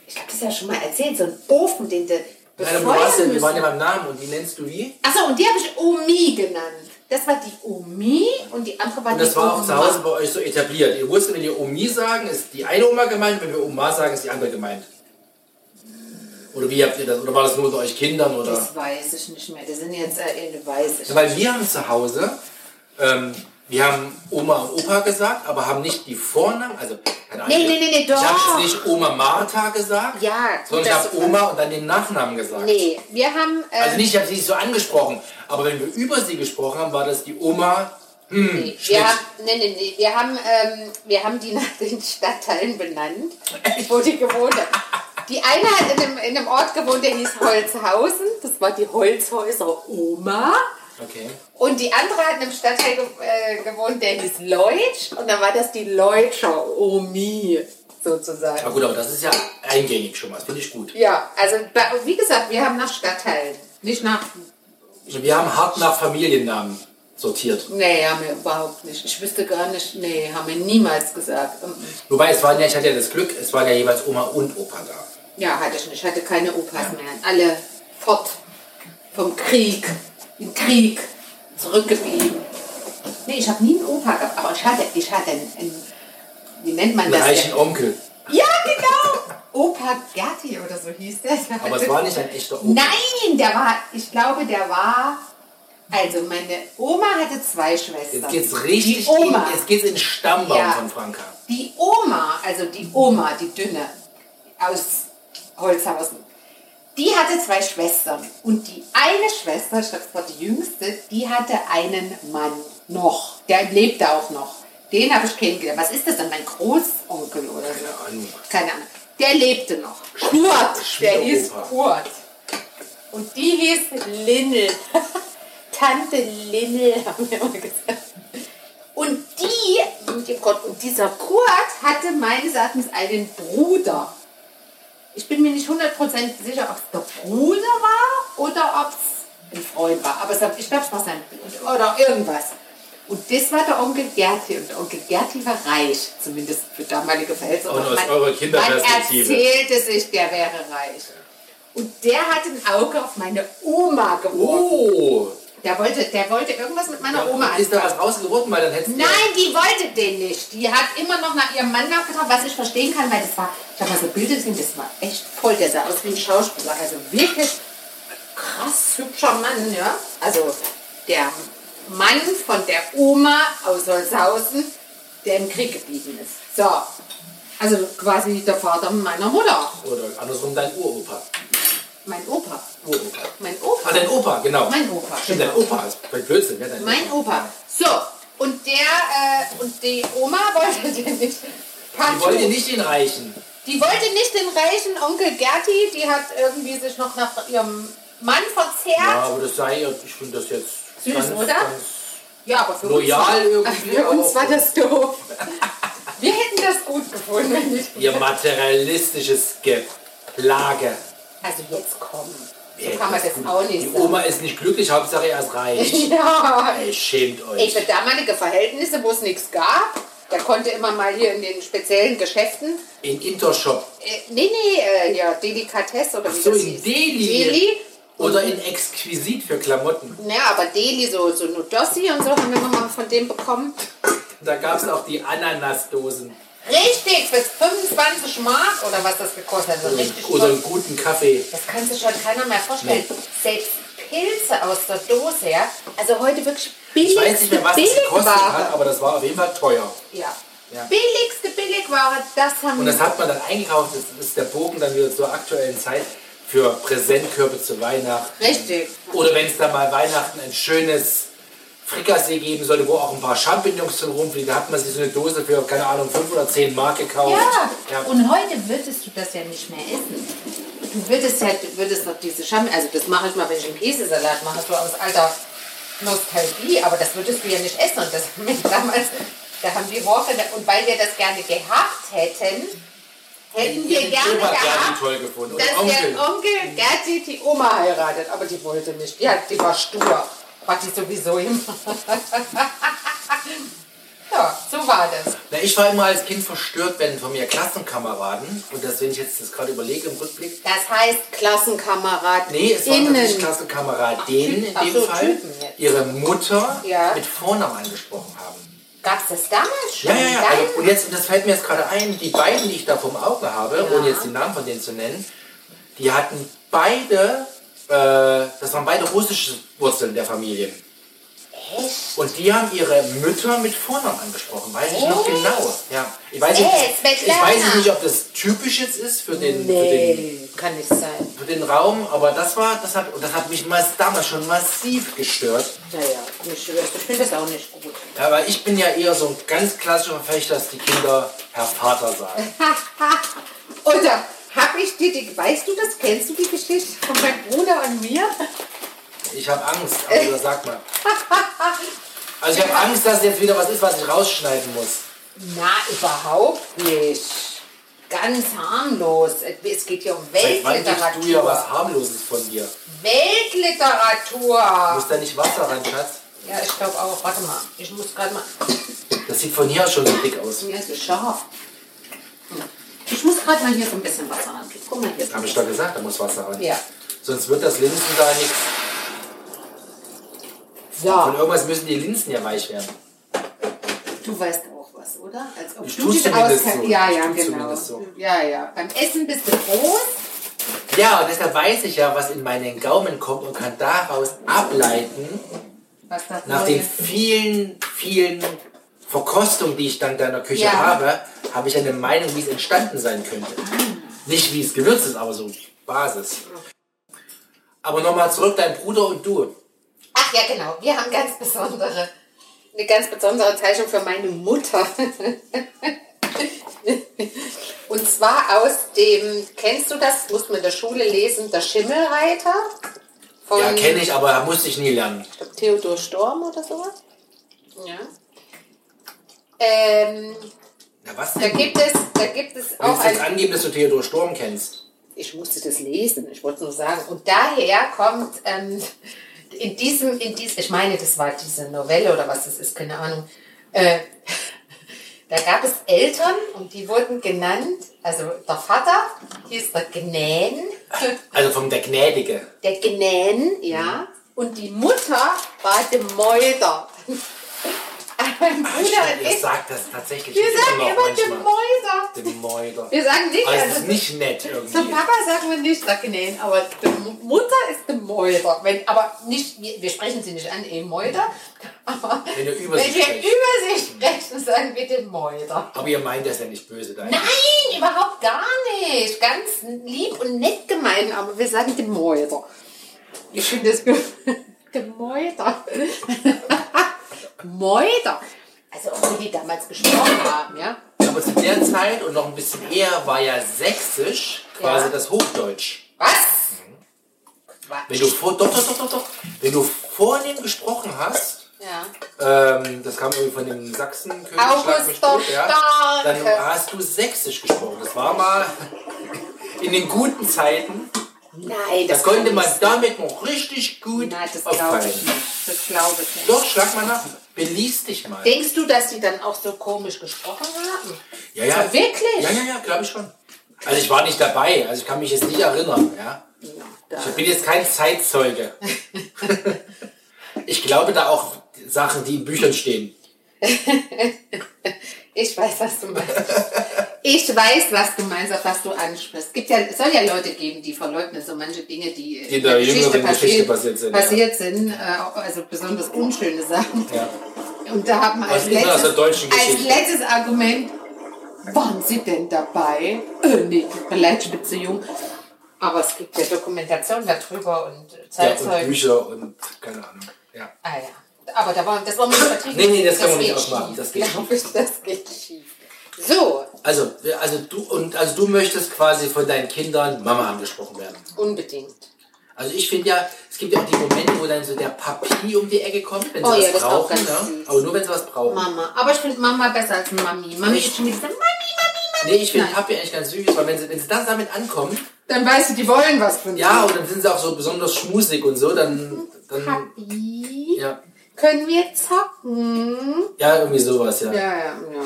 B: ich habe das ja schon mal erzählt, so einen Ofen, den du
A: Nein, aber du warst ja,
B: befeuern
A: wir waren ja beim
B: müssen.
A: Namen und die nennst du wie?
B: Achso, und die habe ich Omi genannt. Das war die Omi und die andere war
A: Und
B: die
A: das war auch zu
B: Oma.
A: Hause bei euch so etabliert. Ihr wusstet, wenn ihr Omi sagen, ist die eine Oma gemeint, wenn wir Oma sagen, ist die andere gemeint. Oder wie habt ihr das? Oder war das nur bei euch Kindern? Oder?
B: Das weiß ich nicht mehr. Das sind jetzt, äh, weiß ich.
A: Ja, weil wir haben zu Hause, ähm, wir haben Oma und Opa gesagt, aber haben nicht die Vornamen. Also, keine Ahnung,
B: Nee, nee, nee, nee,
A: Ich
B: doch.
A: habe jetzt nicht Oma Martha gesagt,
B: Ja, gut,
A: sondern ich
B: dass
A: habe
B: du-
A: Oma und dann den Nachnamen gesagt.
B: Nee, wir haben. Äh,
A: Also nicht, ich habe sie nicht so angesprochen, aber wenn wir über sie gesprochen haben, war das die Oma.
B: nee,
A: Schnitt.
B: wir haben, nee, nee, nee, wir haben, ähm, wir haben die nach den Stadtteilen benannt, wo die gewohnt hat. Die eine hat in einem, in einem Ort gewohnt, der hieß Holzhausen. Das war die Holzhäuser Oma.
A: Okay.
B: Und die andere hat in einem Stadtteil ge äh, gewohnt, der hieß Leutsch. Und dann war das die Leutscher Omi, sozusagen.
A: Na gut, aber das ist ja eingängig schon mal, das finde ich gut.
B: Ja, also bei- wie gesagt, wir haben nach Stadtteilen, nicht nach.
A: Also Wir haben hart nach Familiennamen sortiert.
B: Nee, haben wir überhaupt nicht. Ich wüsste gar nicht. Nee, haben wir niemals gesagt. Mhm.
A: Wobei es waren ja, ich hatte ja das Glück, es waren ja jeweils Oma und Opa da.
B: Ja, hatte ich nicht. Ich hatte keine Opas mehr. Alle fort vom Krieg, im Krieg zurückgeblieben. Nee, ich habe nie einen Opa gehabt, aber ich hatte, ich hatte einen, einen wie nennt man
A: Einen
B: das?
A: reichen
B: denn?
A: Onkel.
B: Ja, genau! Opa Gerti oder so hieß der.
A: Aber es war nicht ein echter Opa.
B: Nein, der war, ich glaube, der war. Also, meine Oma hatte zwei Schwestern.
A: Jetzt geht's richtig
B: Die Oma.
A: In, jetzt geht's in den Stammbaum
B: Ja.
A: von Franka.
B: Die Oma, also die Oma, die dünne aus Holzhausen, die hatte zwei Schwestern. Und die eine Schwester, ich glaube, es war die jüngste, die hatte einen Mann noch. Der lebte auch noch. Den habe ich kennengelernt. Was ist das denn? Mein Großonkel oder so?
A: Keine Ahnung.
B: Keine Ahnung. Der lebte noch. Kurt. Der
A: Schwiegeropa.
B: hieß Kurt. Und die hieß Linnel. Tante Linnel, haben wir immer gesagt. Und die, und die- Gott, und dieser Kurt hatte meines Erachtens einen Bruder. Ich bin mir nicht 100% sicher, ob es der Bruder war oder ob es ein Freund war. Aber es war- ich glaube, es war sein oder irgendwas. Und das war der Onkel Gerti. Und der Onkel Gerti war reich, zumindest für damalige Verhältnisse.
A: Und
B: Aber
A: aus eurer Kinderperspektive.
B: Man erzählte sich, der wäre reich. Und der hat ein Auge auf meine Oma geworfen.
A: Oh!
B: Der, wollte, der wollte irgendwas mit meiner Oma
A: Ist da was rausgeworden, weil dann hättest
B: Nein, die wollte den nicht. Die hat immer noch nach ihrem Mann nachgedacht, was ich verstehen kann, weil das war, ich habe mal so Bilder gesehen, das war echt voll, der sah aus wie ein Schauspieler. Also wirklich krass hübscher Mann, ja. Also der Mann von der Oma aus Holzhausen, der im Krieg geblieben ist. So, also quasi der Vater meiner Mutter,
A: du. Oder andersrum dein Uropa.
B: mein Opa,
A: Uropa.
B: mein
A: Ah,
B: Opa.
A: dein Opa, genau.
B: Mein Opa,
A: Stimmt,
B: genau.
A: dein Opa ist bei Blödsinn, ja, dein
B: Mein Opa. So, und der, äh, und die Oma wollte den nicht.
A: Die wollen dir nicht den Reichen.
B: Die wollte nicht den reichen Onkel Gerti, die hat irgendwie sich noch nach ihrem Mann verzehrt.
A: Ja,
B: Ja,
A: aber das sei, ihr- ich finde das jetzt
B: Süß, oder? aber für
A: Loyal
B: uns war,
A: irgendwie
B: Für uns
A: auch.
B: war das doof. Wir hätten das gut gefunden, wenn nicht.
A: ihr materialistisches Geplage.
B: Also jetzt komm.
A: Wer
B: So kann man
A: hätte
B: das auch
A: gut- Die
B: nicht sagen.
A: Oma ist nicht glücklich, Hauptsache er ist reich.
B: Ja.
A: Ey, schämt
B: Ey,
A: euch.
B: für damalige Verhältnisse, wo es nichts gab, da konnte immer mal hier in den speziellen Geschäften
A: In Intershop
B: Äh, nee, nee, äh, ja, Delikatesse oder wie
A: so
B: das
A: in
B: hieß.
A: Delhi.
B: Deli.
A: oder in Exquisit für Klamotten.
B: Ja, aber Deli, so, so Nudossi und so haben wir immer mal von dem bekommen.
A: Da gab es auch die Ananasdosen
B: Richtig, bis 25 Mark oder was das gekostet hat. Also richtig
A: oder
B: toll.
A: einen guten Kaffee.
B: Das kann sich schon keiner mehr vorstellen. Selbst Pilze aus der Dose, ja. Also heute wirklich
A: Ich
B: billigste
A: weiß nicht mehr, was das gekostet hat,
B: Billigware.
A: aber das war auf jeden Fall teuer.
B: Ja.
A: Ja.
B: Billigste Billigware, das haben
A: Und das
B: wir.
A: hat man dann eingekauft, das ist der Bogen dann wieder zur aktuellen Zeit für Präsentkörbe zu Weihnachten.
B: Richtig.
A: Oder wenn es dann mal Weihnachten ein schönes Frikassee geben sollte, wo auch ein paar Champignons drin rumfliegen, da hat man sich so eine Dose für, keine Ahnung, 5 oder 10 Mark gekauft.
B: Ja.
A: Ja.
B: und heute würdest du das ja nicht mehr essen. Du würdest ja, du würdest noch diese Scham, also das mache ich mal, wenn ich einen Käsesalat mache, so aus alter Nostalgie, aber das würdest du ja nicht essen und das haben wir damals, da haben wir Woche, und weil wir das gerne gehabt hätten, hätten wir
A: den
B: gerne
A: Opa Gerti
B: gehabt,
A: toll gefunden und
B: dass
A: Onkel.
B: der Onkel Gerti die Oma heiratet, aber die wollte nicht, die, hat, die war stur, war die sowieso immer. Ja, so war das.
A: Na, ich war immer als Kind verstört, wenn von mir Klassenkameraden, und das, wenn ich jetzt das gerade überlege im Rückblick,
B: Das heißt Klassenkamerad.
A: nee, es waren natürlich
B: innen.
A: Klassenkameradinnen in
B: Ach
A: dem
B: so,
A: Fall,
B: Typen jetzt.
A: ihre Mutter
B: Ja.
A: mit Vornamen angesprochen haben.
B: Gab's das damals schon?
A: Ja, ja, ja.
B: Dein-
A: Also, und jetzt, und das fällt mir jetzt gerade ein, die beiden, die ich da vom Auge habe, ohne jetzt den Namen von denen zu nennen, die hatten beide, äh, das waren beide russische Wurzeln der Familie.
B: Echt?
A: Und die haben ihre Mütter mit Vornamen angesprochen, weiß ich noch
B: Echt?
A: genau. Ja. Ich weiß, nicht,
B: Ey,
A: ich
B: Svetlana.
A: weiß jetzt nicht, ob das typisch jetzt ist für den, für den,
B: Nee, kann nicht sein.
A: für den Raum, aber das war, das hat, und das hat mich mas- damals schon massiv gestört.
B: Naja, mich stört's. ich finde das auch nicht gut.
A: Ja, weil ich bin ja eher so ein ganz klassischer Verfechter, dass die Kinder Herr Vater sagen.
B: Oder habe ich dir die, weißt du das, kennst du die Geschichte von meinem Bruder und mir?
A: Ich habe Angst, also sag mal. Also ich habe Angst, dass jetzt wieder was ist, was ich rausschneiden muss.
B: Na, überhaupt nicht. Ganz harmlos. Es geht hier um
A: Seit wann gibst du ja was
B: Weltliteratur.
A: harmloses von dir?
B: Weltliteratur.
A: Muss da nicht Wasser rein, Schatz?
B: Ja, ich glaube auch. Warte mal. Ich muss gerade mal.
A: Das sieht von hier aus schon so dick aus.
B: Mir ist es scharf. Hm. Ich muss gerade mal hier so ein bisschen Wasser ran. Guck mal hier.
A: Habe ich doch gesagt, da muss Wasser rein.
B: Ja.
A: Sonst wird das Linsen da nichts. Von
B: So,
A: irgendwas müssen die Linsen ja weich werden.
B: du weißt auch was, oder? Als ob
A: Ich tu's zumindest
B: auskennst.
A: so.
B: Ja, ja,
A: Ich tu's
B: genau.
A: zumindest so.
B: Ja, ja. Beim Essen bist du groß.
A: Ja, und deshalb weiß ich ja, was in meinen Gaumen kommt und kann daraus ableiten,
B: Was das
A: nach
B: Neue
A: den vielen, vielen Verkostungen, die ich dank deiner Küche
B: Ja.
A: habe, habe ich eine Meinung, wie es entstanden sein könnte.
B: Ah.
A: Nicht wie es gewürzt ist, aber so Basis. Aber nochmal zurück, dein Bruder und du.
B: Ach ja, genau. Wir haben ganz besondere, eine ganz besondere Zeichnung für meine Mutter. Und zwar aus dem, kennst du das, musst man in der Schule lesen, der Schimmelreiter von
A: Ja, kenne ich, aber musste ich nie lernen.
B: ich glaub, Theodor Storm oder sowas. Ja. Ähm,
A: Na was
B: da
A: denn?
B: gibt es, da gibt es auch
A: Willst du jetzt
B: ein,
A: angeben, dass du Theodor Sturm kennst?
B: ich musste das lesen, ich wollte es nur sagen. Und daher kommt ähm, in diesem, in diesem, ich meine, das war diese Novelle oder was das ist, keine Ahnung. Äh, da gab es Eltern und die wurden genannt, also der Vater hieß der Gnän,
A: Also vom der Gnädige.
B: der Gnän,
A: Mhm.
B: ja, und die Mutter war der Mäuder. Mein Bruder
A: Ach, stimmt,
B: und
A: ihr
B: ich,
A: sagt das tatsächlich
B: wir sagen immer der
A: manchmal.
B: Mäuder.
A: Dem Mäuder.
B: Wir sagen nicht,
A: Also es
B: also
A: ist nicht nett
B: Zum
A: irgendwie.
B: Papa sagen wir nicht Sacknähen, aber die Mu- Mutter ist die Mäuder. Wenn, aber nicht, wir, wir sprechen sie nicht an, eh Mäuder. Aber
A: Wenn ihr über
B: wenn
A: sie
B: wir
A: sprecht.
B: über sie sprechen, sagen wir den Mäuder.
A: Aber ihr meint das ja nicht böse, dein.
B: Nein, überhaupt gar nicht. Ganz lieb und nett gemeint, aber wir sagen den Mäuder. Ich finde das gut. Den Mäuder. Mäuder. Also auch wie die damals gesprochen haben, ja.
A: Aber zu der Zeit und noch ein bisschen eher war ja Sächsisch quasi
B: Ja.
A: das Hochdeutsch.
B: Was?
A: Wenn du, vor, doch, doch, doch, doch, doch. Wenn du vornehm gesprochen hast,
B: Ja.
A: ähm, das kam irgendwie von dem Sachsenkönig, schlag mich
B: August der
A: tot, ja, dann
B: Starke.
A: hast du Sächsisch gesprochen. Das war mal in den guten Zeiten.
B: Nein,
A: Da
B: das
A: konnte
B: kann
A: man
B: nicht
A: damit noch richtig gut
B: Nein, das glaube ich
A: auffallen.
B: nicht. Das glaube ich nicht.
A: Doch, schlag mal nach. Beließ dich mal.
B: Denkst du, dass die dann auch so komisch gesprochen haben?
A: Ja, ja.
B: Wirklich?
A: Ja, ja, ja, glaube ich schon. Also ich war nicht dabei, also ich kann mich jetzt nicht erinnern, ja. Ich bin jetzt kein Zeitzeuge. ich glaube da auch Sachen, die in Büchern stehen.
B: Ich weiß, was du meinst. Ich weiß, was du meinst, auf was du ansprichst. Es gibt ja, es soll ja Leute geben, die verleugnen so manche Dinge, die
A: in der jüngeren Geschichte passiert sind, ja.
B: Passiert sind äh, auch- also besonders unschöne Sachen.
A: Ja.
B: Und da haben wir
A: Was
B: als
A: ist denn
B: letztes,
A: aus der deutschen
B: als
A: Geschichte?
B: letztes Argument, waren sie denn dabei? Äh, nee, vielleicht ich bin zu jung. Aber es gibt ja Dokumentationen darüber und
A: ja und
B: Zeitzeugen.
A: Bücher und keine Ahnung. Ja.
B: Ah ja. Aber da war, das war mal übertrieben.
A: Nee, nee, das kann man nicht
B: geht
A: aufmachen.
B: schief.
A: Das geht
B: Glaub ich, Das geht schief. So,
A: Also, also du und also du möchtest quasi von deinen Kindern Mama angesprochen werden.
B: unbedingt.
A: Also ich finde ja, es gibt ja auch die Momente, wo dann so der Papi um die Ecke kommt, wenn sie
B: Oh
A: was
B: ja, das ist auch
A: brauchen,
B: ganz
A: ne?
B: süß.
A: Aber nur wenn sie was brauchen.
B: Mama. Aber ich finde Mama besser als Mami. Mami ist schon wieder so, Mami, Mami, Mami.
A: Nee, ich finde
B: Nein.
A: Papi eigentlich ganz süß, weil wenn sie, wenn sie das damit ankommen,
B: Dann weißt du, die wollen was von dir.
A: ja, und dann sind sie auch so besonders schmusig und so, dann, dann
B: Papi.
A: ja.
B: Können wir zocken?
A: Ja, irgendwie sowas, ja.
B: Ja, ja, ja.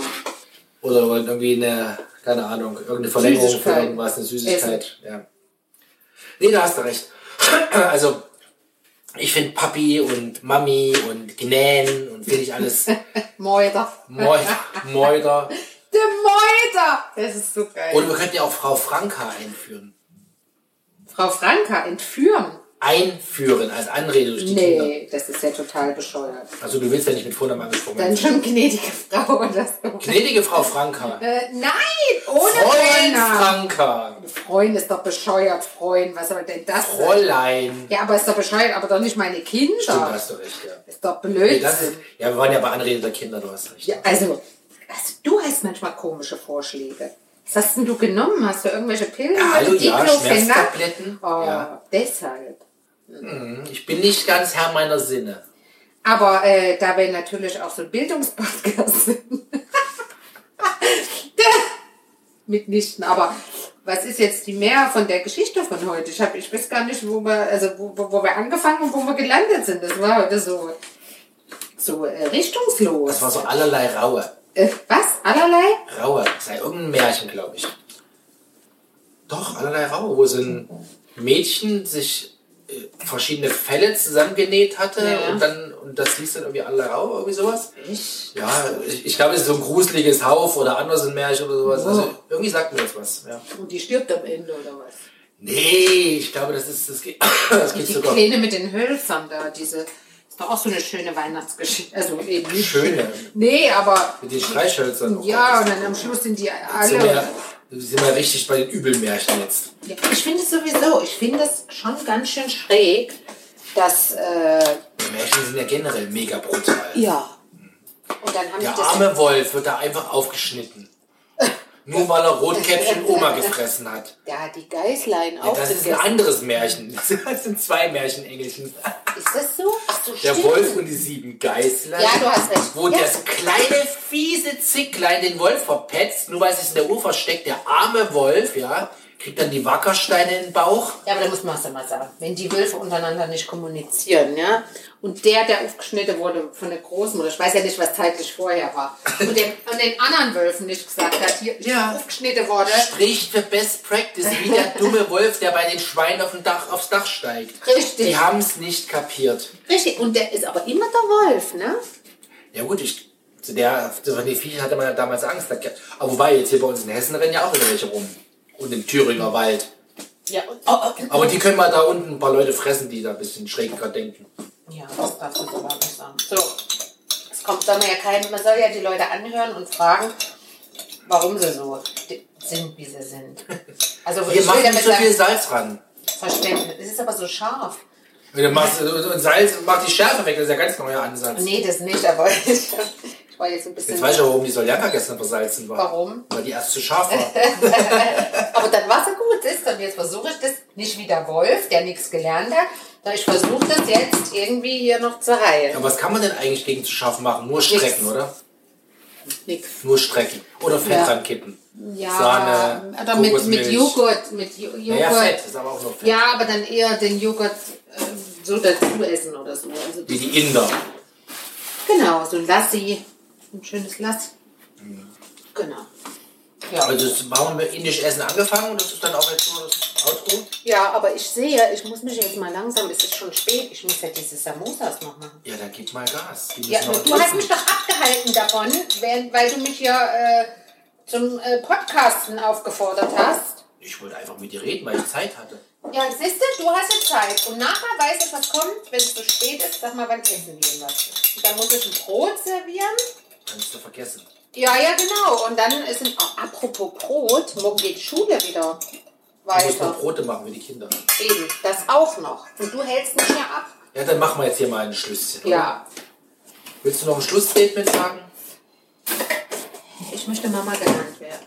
A: Oder wollen irgendwie eine, keine Ahnung, irgendeine Verlängerung für
B: Süßigkeit.
A: irgendwas, eine Süßigkeit.
B: Essen.
A: Ja. Nee, da hast du recht. Also, ich finde Papi und Mami und Gnän und finde ich alles
B: Meuter.
A: Moi- Meuter.
B: Der Meuter! Das ist so geil.
A: Oder wir könnten ja auch Frau Franka einführen.
B: Frau Franka, entführen.
A: Einführen als Anrede durch die Kinder.
B: Nee, das ist ja total bescheuert.
A: Also du willst ja nicht mit Vornamen angesprochen
B: Dann
A: werden.
B: schon gnädige Frau oder so.
A: Gnädige Frau Franka.
B: Äh, nein, ohne
A: Fräulein
B: Männer.
A: Franka.
B: Freund ist doch bescheuert, Freund. Was soll denn das? sein?
A: Fräulein.
B: Ja, aber ist doch bescheuert, aber doch nicht meine Kinder.
A: Stimmt, da hast du recht, ja.
B: Ist doch
A: Nee,
B: blöd.
A: das ist, ja, wir waren ja bei Anrede der Kinder, du hast recht.
B: ja, also, also, du hast manchmal komische Vorschläge. Was hast denn du genommen? Hast du irgendwelche Pillen?
A: Ja, hallo, ja,
B: Diclofenac?
A: Schmerztabletten.
B: Oh,
A: Ja.
B: deshalb.
A: Hm, Ich bin nicht ganz Herr meiner Sinne.
B: Aber äh, da wir natürlich auch so ein Bildungspodcast sind. Mitnichten, aber was ist jetzt die Mehr von der Geschichte von heute? Ich, hab, ich weiß gar nicht, wo wir, also wo, wo, wo wir angefangen und wo wir gelandet sind. Das war heute so, so äh, richtungslos.
A: Das war so allerlei Raue.
B: äh, was? Allerlei?
A: Raue. Das sei irgendein Märchen, glaube ich. Doch, allerlei Raue, wo so ein Mädchen sich äh, verschiedene Fälle zusammengenäht hatte
B: Ja.
A: und dann und das hieß dann irgendwie allerlei Raue, irgendwie sowas.
B: Ich?
A: Ja, ich, ich glaube, es ist so ein gruseliges Hauf oder Andersen-Märchen oder sowas.
B: Oh.
A: Also irgendwie sagt mir das was. Ja.
B: Und die stirbt am Ende oder was?
A: Nee, ich glaube, das ist das geht, das geht
B: Die
A: sogar.
B: Kleine mit den Hölzern da, diese. Ist doch auch so eine schöne Weihnachtsgeschichte. Also eben nicht
A: Schöne.
B: Nee, aber.
A: Mit den Streichhölzern. Oh Gott,
B: Ja, und
A: das-
B: dann am Schluss sind die
A: Sind wir,
B: alle.
A: sind wir richtig bei den Übelmärchen jetzt.
B: Ja, Ich finde es sowieso, ich finde es schon ganz schön schräg, dass, äh,
A: Märchen sind ja generell mega brutal.
B: ja. Und dann haben die
A: Der
B: das.
A: arme Wolf wird da einfach aufgeschnitten. Nur weil er Rotkäppchen Oma gefressen hat.
B: Da hat die Geißlein
A: Ja,
B: auch
A: das ist ein
B: gegessen.
A: anderes Märchen. Das sind zwei Märchenengelchen.
B: Ist das so? Ach so,
A: Der
B: stimmt.
A: Wolf und die sieben Geißler.
B: Ja, du hast recht.
A: Wo
B: Ja.
A: das kleine, fiese Zicklein den Wolf verpetzt, nur weil es sich in der Uhr versteckt. Der arme Wolf, ja, kriegt dann die Wackersteine in den Bauch.
B: Ja, aber da muss man es ja mal sagen. Wenn die Wölfe untereinander nicht kommunizieren, ja. Und der, der aufgeschnitten wurde von der Großmutter, ich weiß ja nicht, was zeitlich vorher war, und den, und den anderen Wölfen nicht gesagt hat, hier, ich bin
A: Ja.
B: aufgeschnitten wurde.
A: Spricht für Best Practice, wie der dumme Wolf, der bei den Schweinen auf dem Dach, aufs Dach steigt.
B: Richtig.
A: Die haben es nicht kapiert.
B: Richtig. Und der ist aber immer der Wolf, ne?
A: Ja gut, ich, zu der, zu den Viecher hatte man ja damals Angst. Aber wobei, jetzt hier bei uns in Hessen rennen ja auch wieder welche rum. Und im Thüringer Wald.
B: Ja, und, oh, oh,
A: Aber die können mal da unten ein paar Leute fressen, die da ein bisschen schräg gerade denken.
B: Ja, das darf man aber nicht sagen. So, es kommt dann ja kein, man soll ja die Leute anhören und fragen, warum sie so di- sind, wie sie sind. Also
A: Ihr
B: ich will
A: macht
B: damit
A: nicht so viel
B: sagen,
A: Salz ran.
B: Verständnis. Es ist aber so scharf.
A: Und, du machst, und Salz macht die Schärfe weg, das ist ja ganz neuer Ansatz.
B: Nee, das nicht, aber ich, ich war jetzt ein bisschen.
A: Jetzt weiß ich auch, warum die Soljanka gestern versalzen war.
B: Warum?
A: Weil die erst zu scharf war.
B: aber dann war es gut ist und jetzt versuche ich das nicht wie der Wolf, der nichts gelernt hat, sondern ich versuche das jetzt irgendwie hier noch zu heilen.
A: Aber was kann man denn eigentlich gegen zu scharf machen? Nur strecken,
B: Nichts.
A: oder?
B: Nix.
A: Nur strecken. Oder Fett
B: Ja.
A: dran kippen.
B: Ja,
A: Sahne,
B: oder mit, mit
A: Kokosmilch.
B: Joghurt, mit Ju- Joghurt.
A: Naja, Fett ist aber auch nur Fett.
B: Ja, aber dann eher den Joghurt äh, so dazu essen oder so. Also,
A: Wie die Inder.
B: genau, so ein Lassi. Ein schönes Lassi. Genau. Ja.
A: Mhm. Also das- warum haben wir indisch Essen angefangen und das ist dann auch jetzt nur das Outro?
B: ja, aber ich sehe, ich muss mich jetzt mal langsam, es ist schon spät, ich muss ja diese Samosas noch machen.
A: Ja, dann gib mal Gas. Die müssen
B: Ja,
A: noch
B: du hast
A: essen.
B: mich doch abgehalten davon, während- weil du mich ja äh, zum äh, Podcasten aufgefordert hast.
A: Ich wollte einfach mit dir reden, weil ich Zeit hatte.
B: Ja, siehst du, du hast ja Zeit. Und nachher weiß ich, was kommt, wenn es zu spät ist. Sag mal, wann essen wir was? Und dann muss ich ein Brot servieren.
A: Dann ist du vergessen.
B: Ja, ja, genau. Und dann ist ein, oh, apropos Brot, morgen geht die Schule
A: Du
B: wieder
A: musst noch
B: weiter.
A: Brote machen für die Kinder.
B: Eben, das auch noch. Und du hältst mich ja ab.
A: Ja, dann machen wir jetzt hier mal ein Schlüsschen. oder?
B: Ja,
A: Willst du noch ein Schlussstatement sagen?
B: ich möchte Mama genannt werden.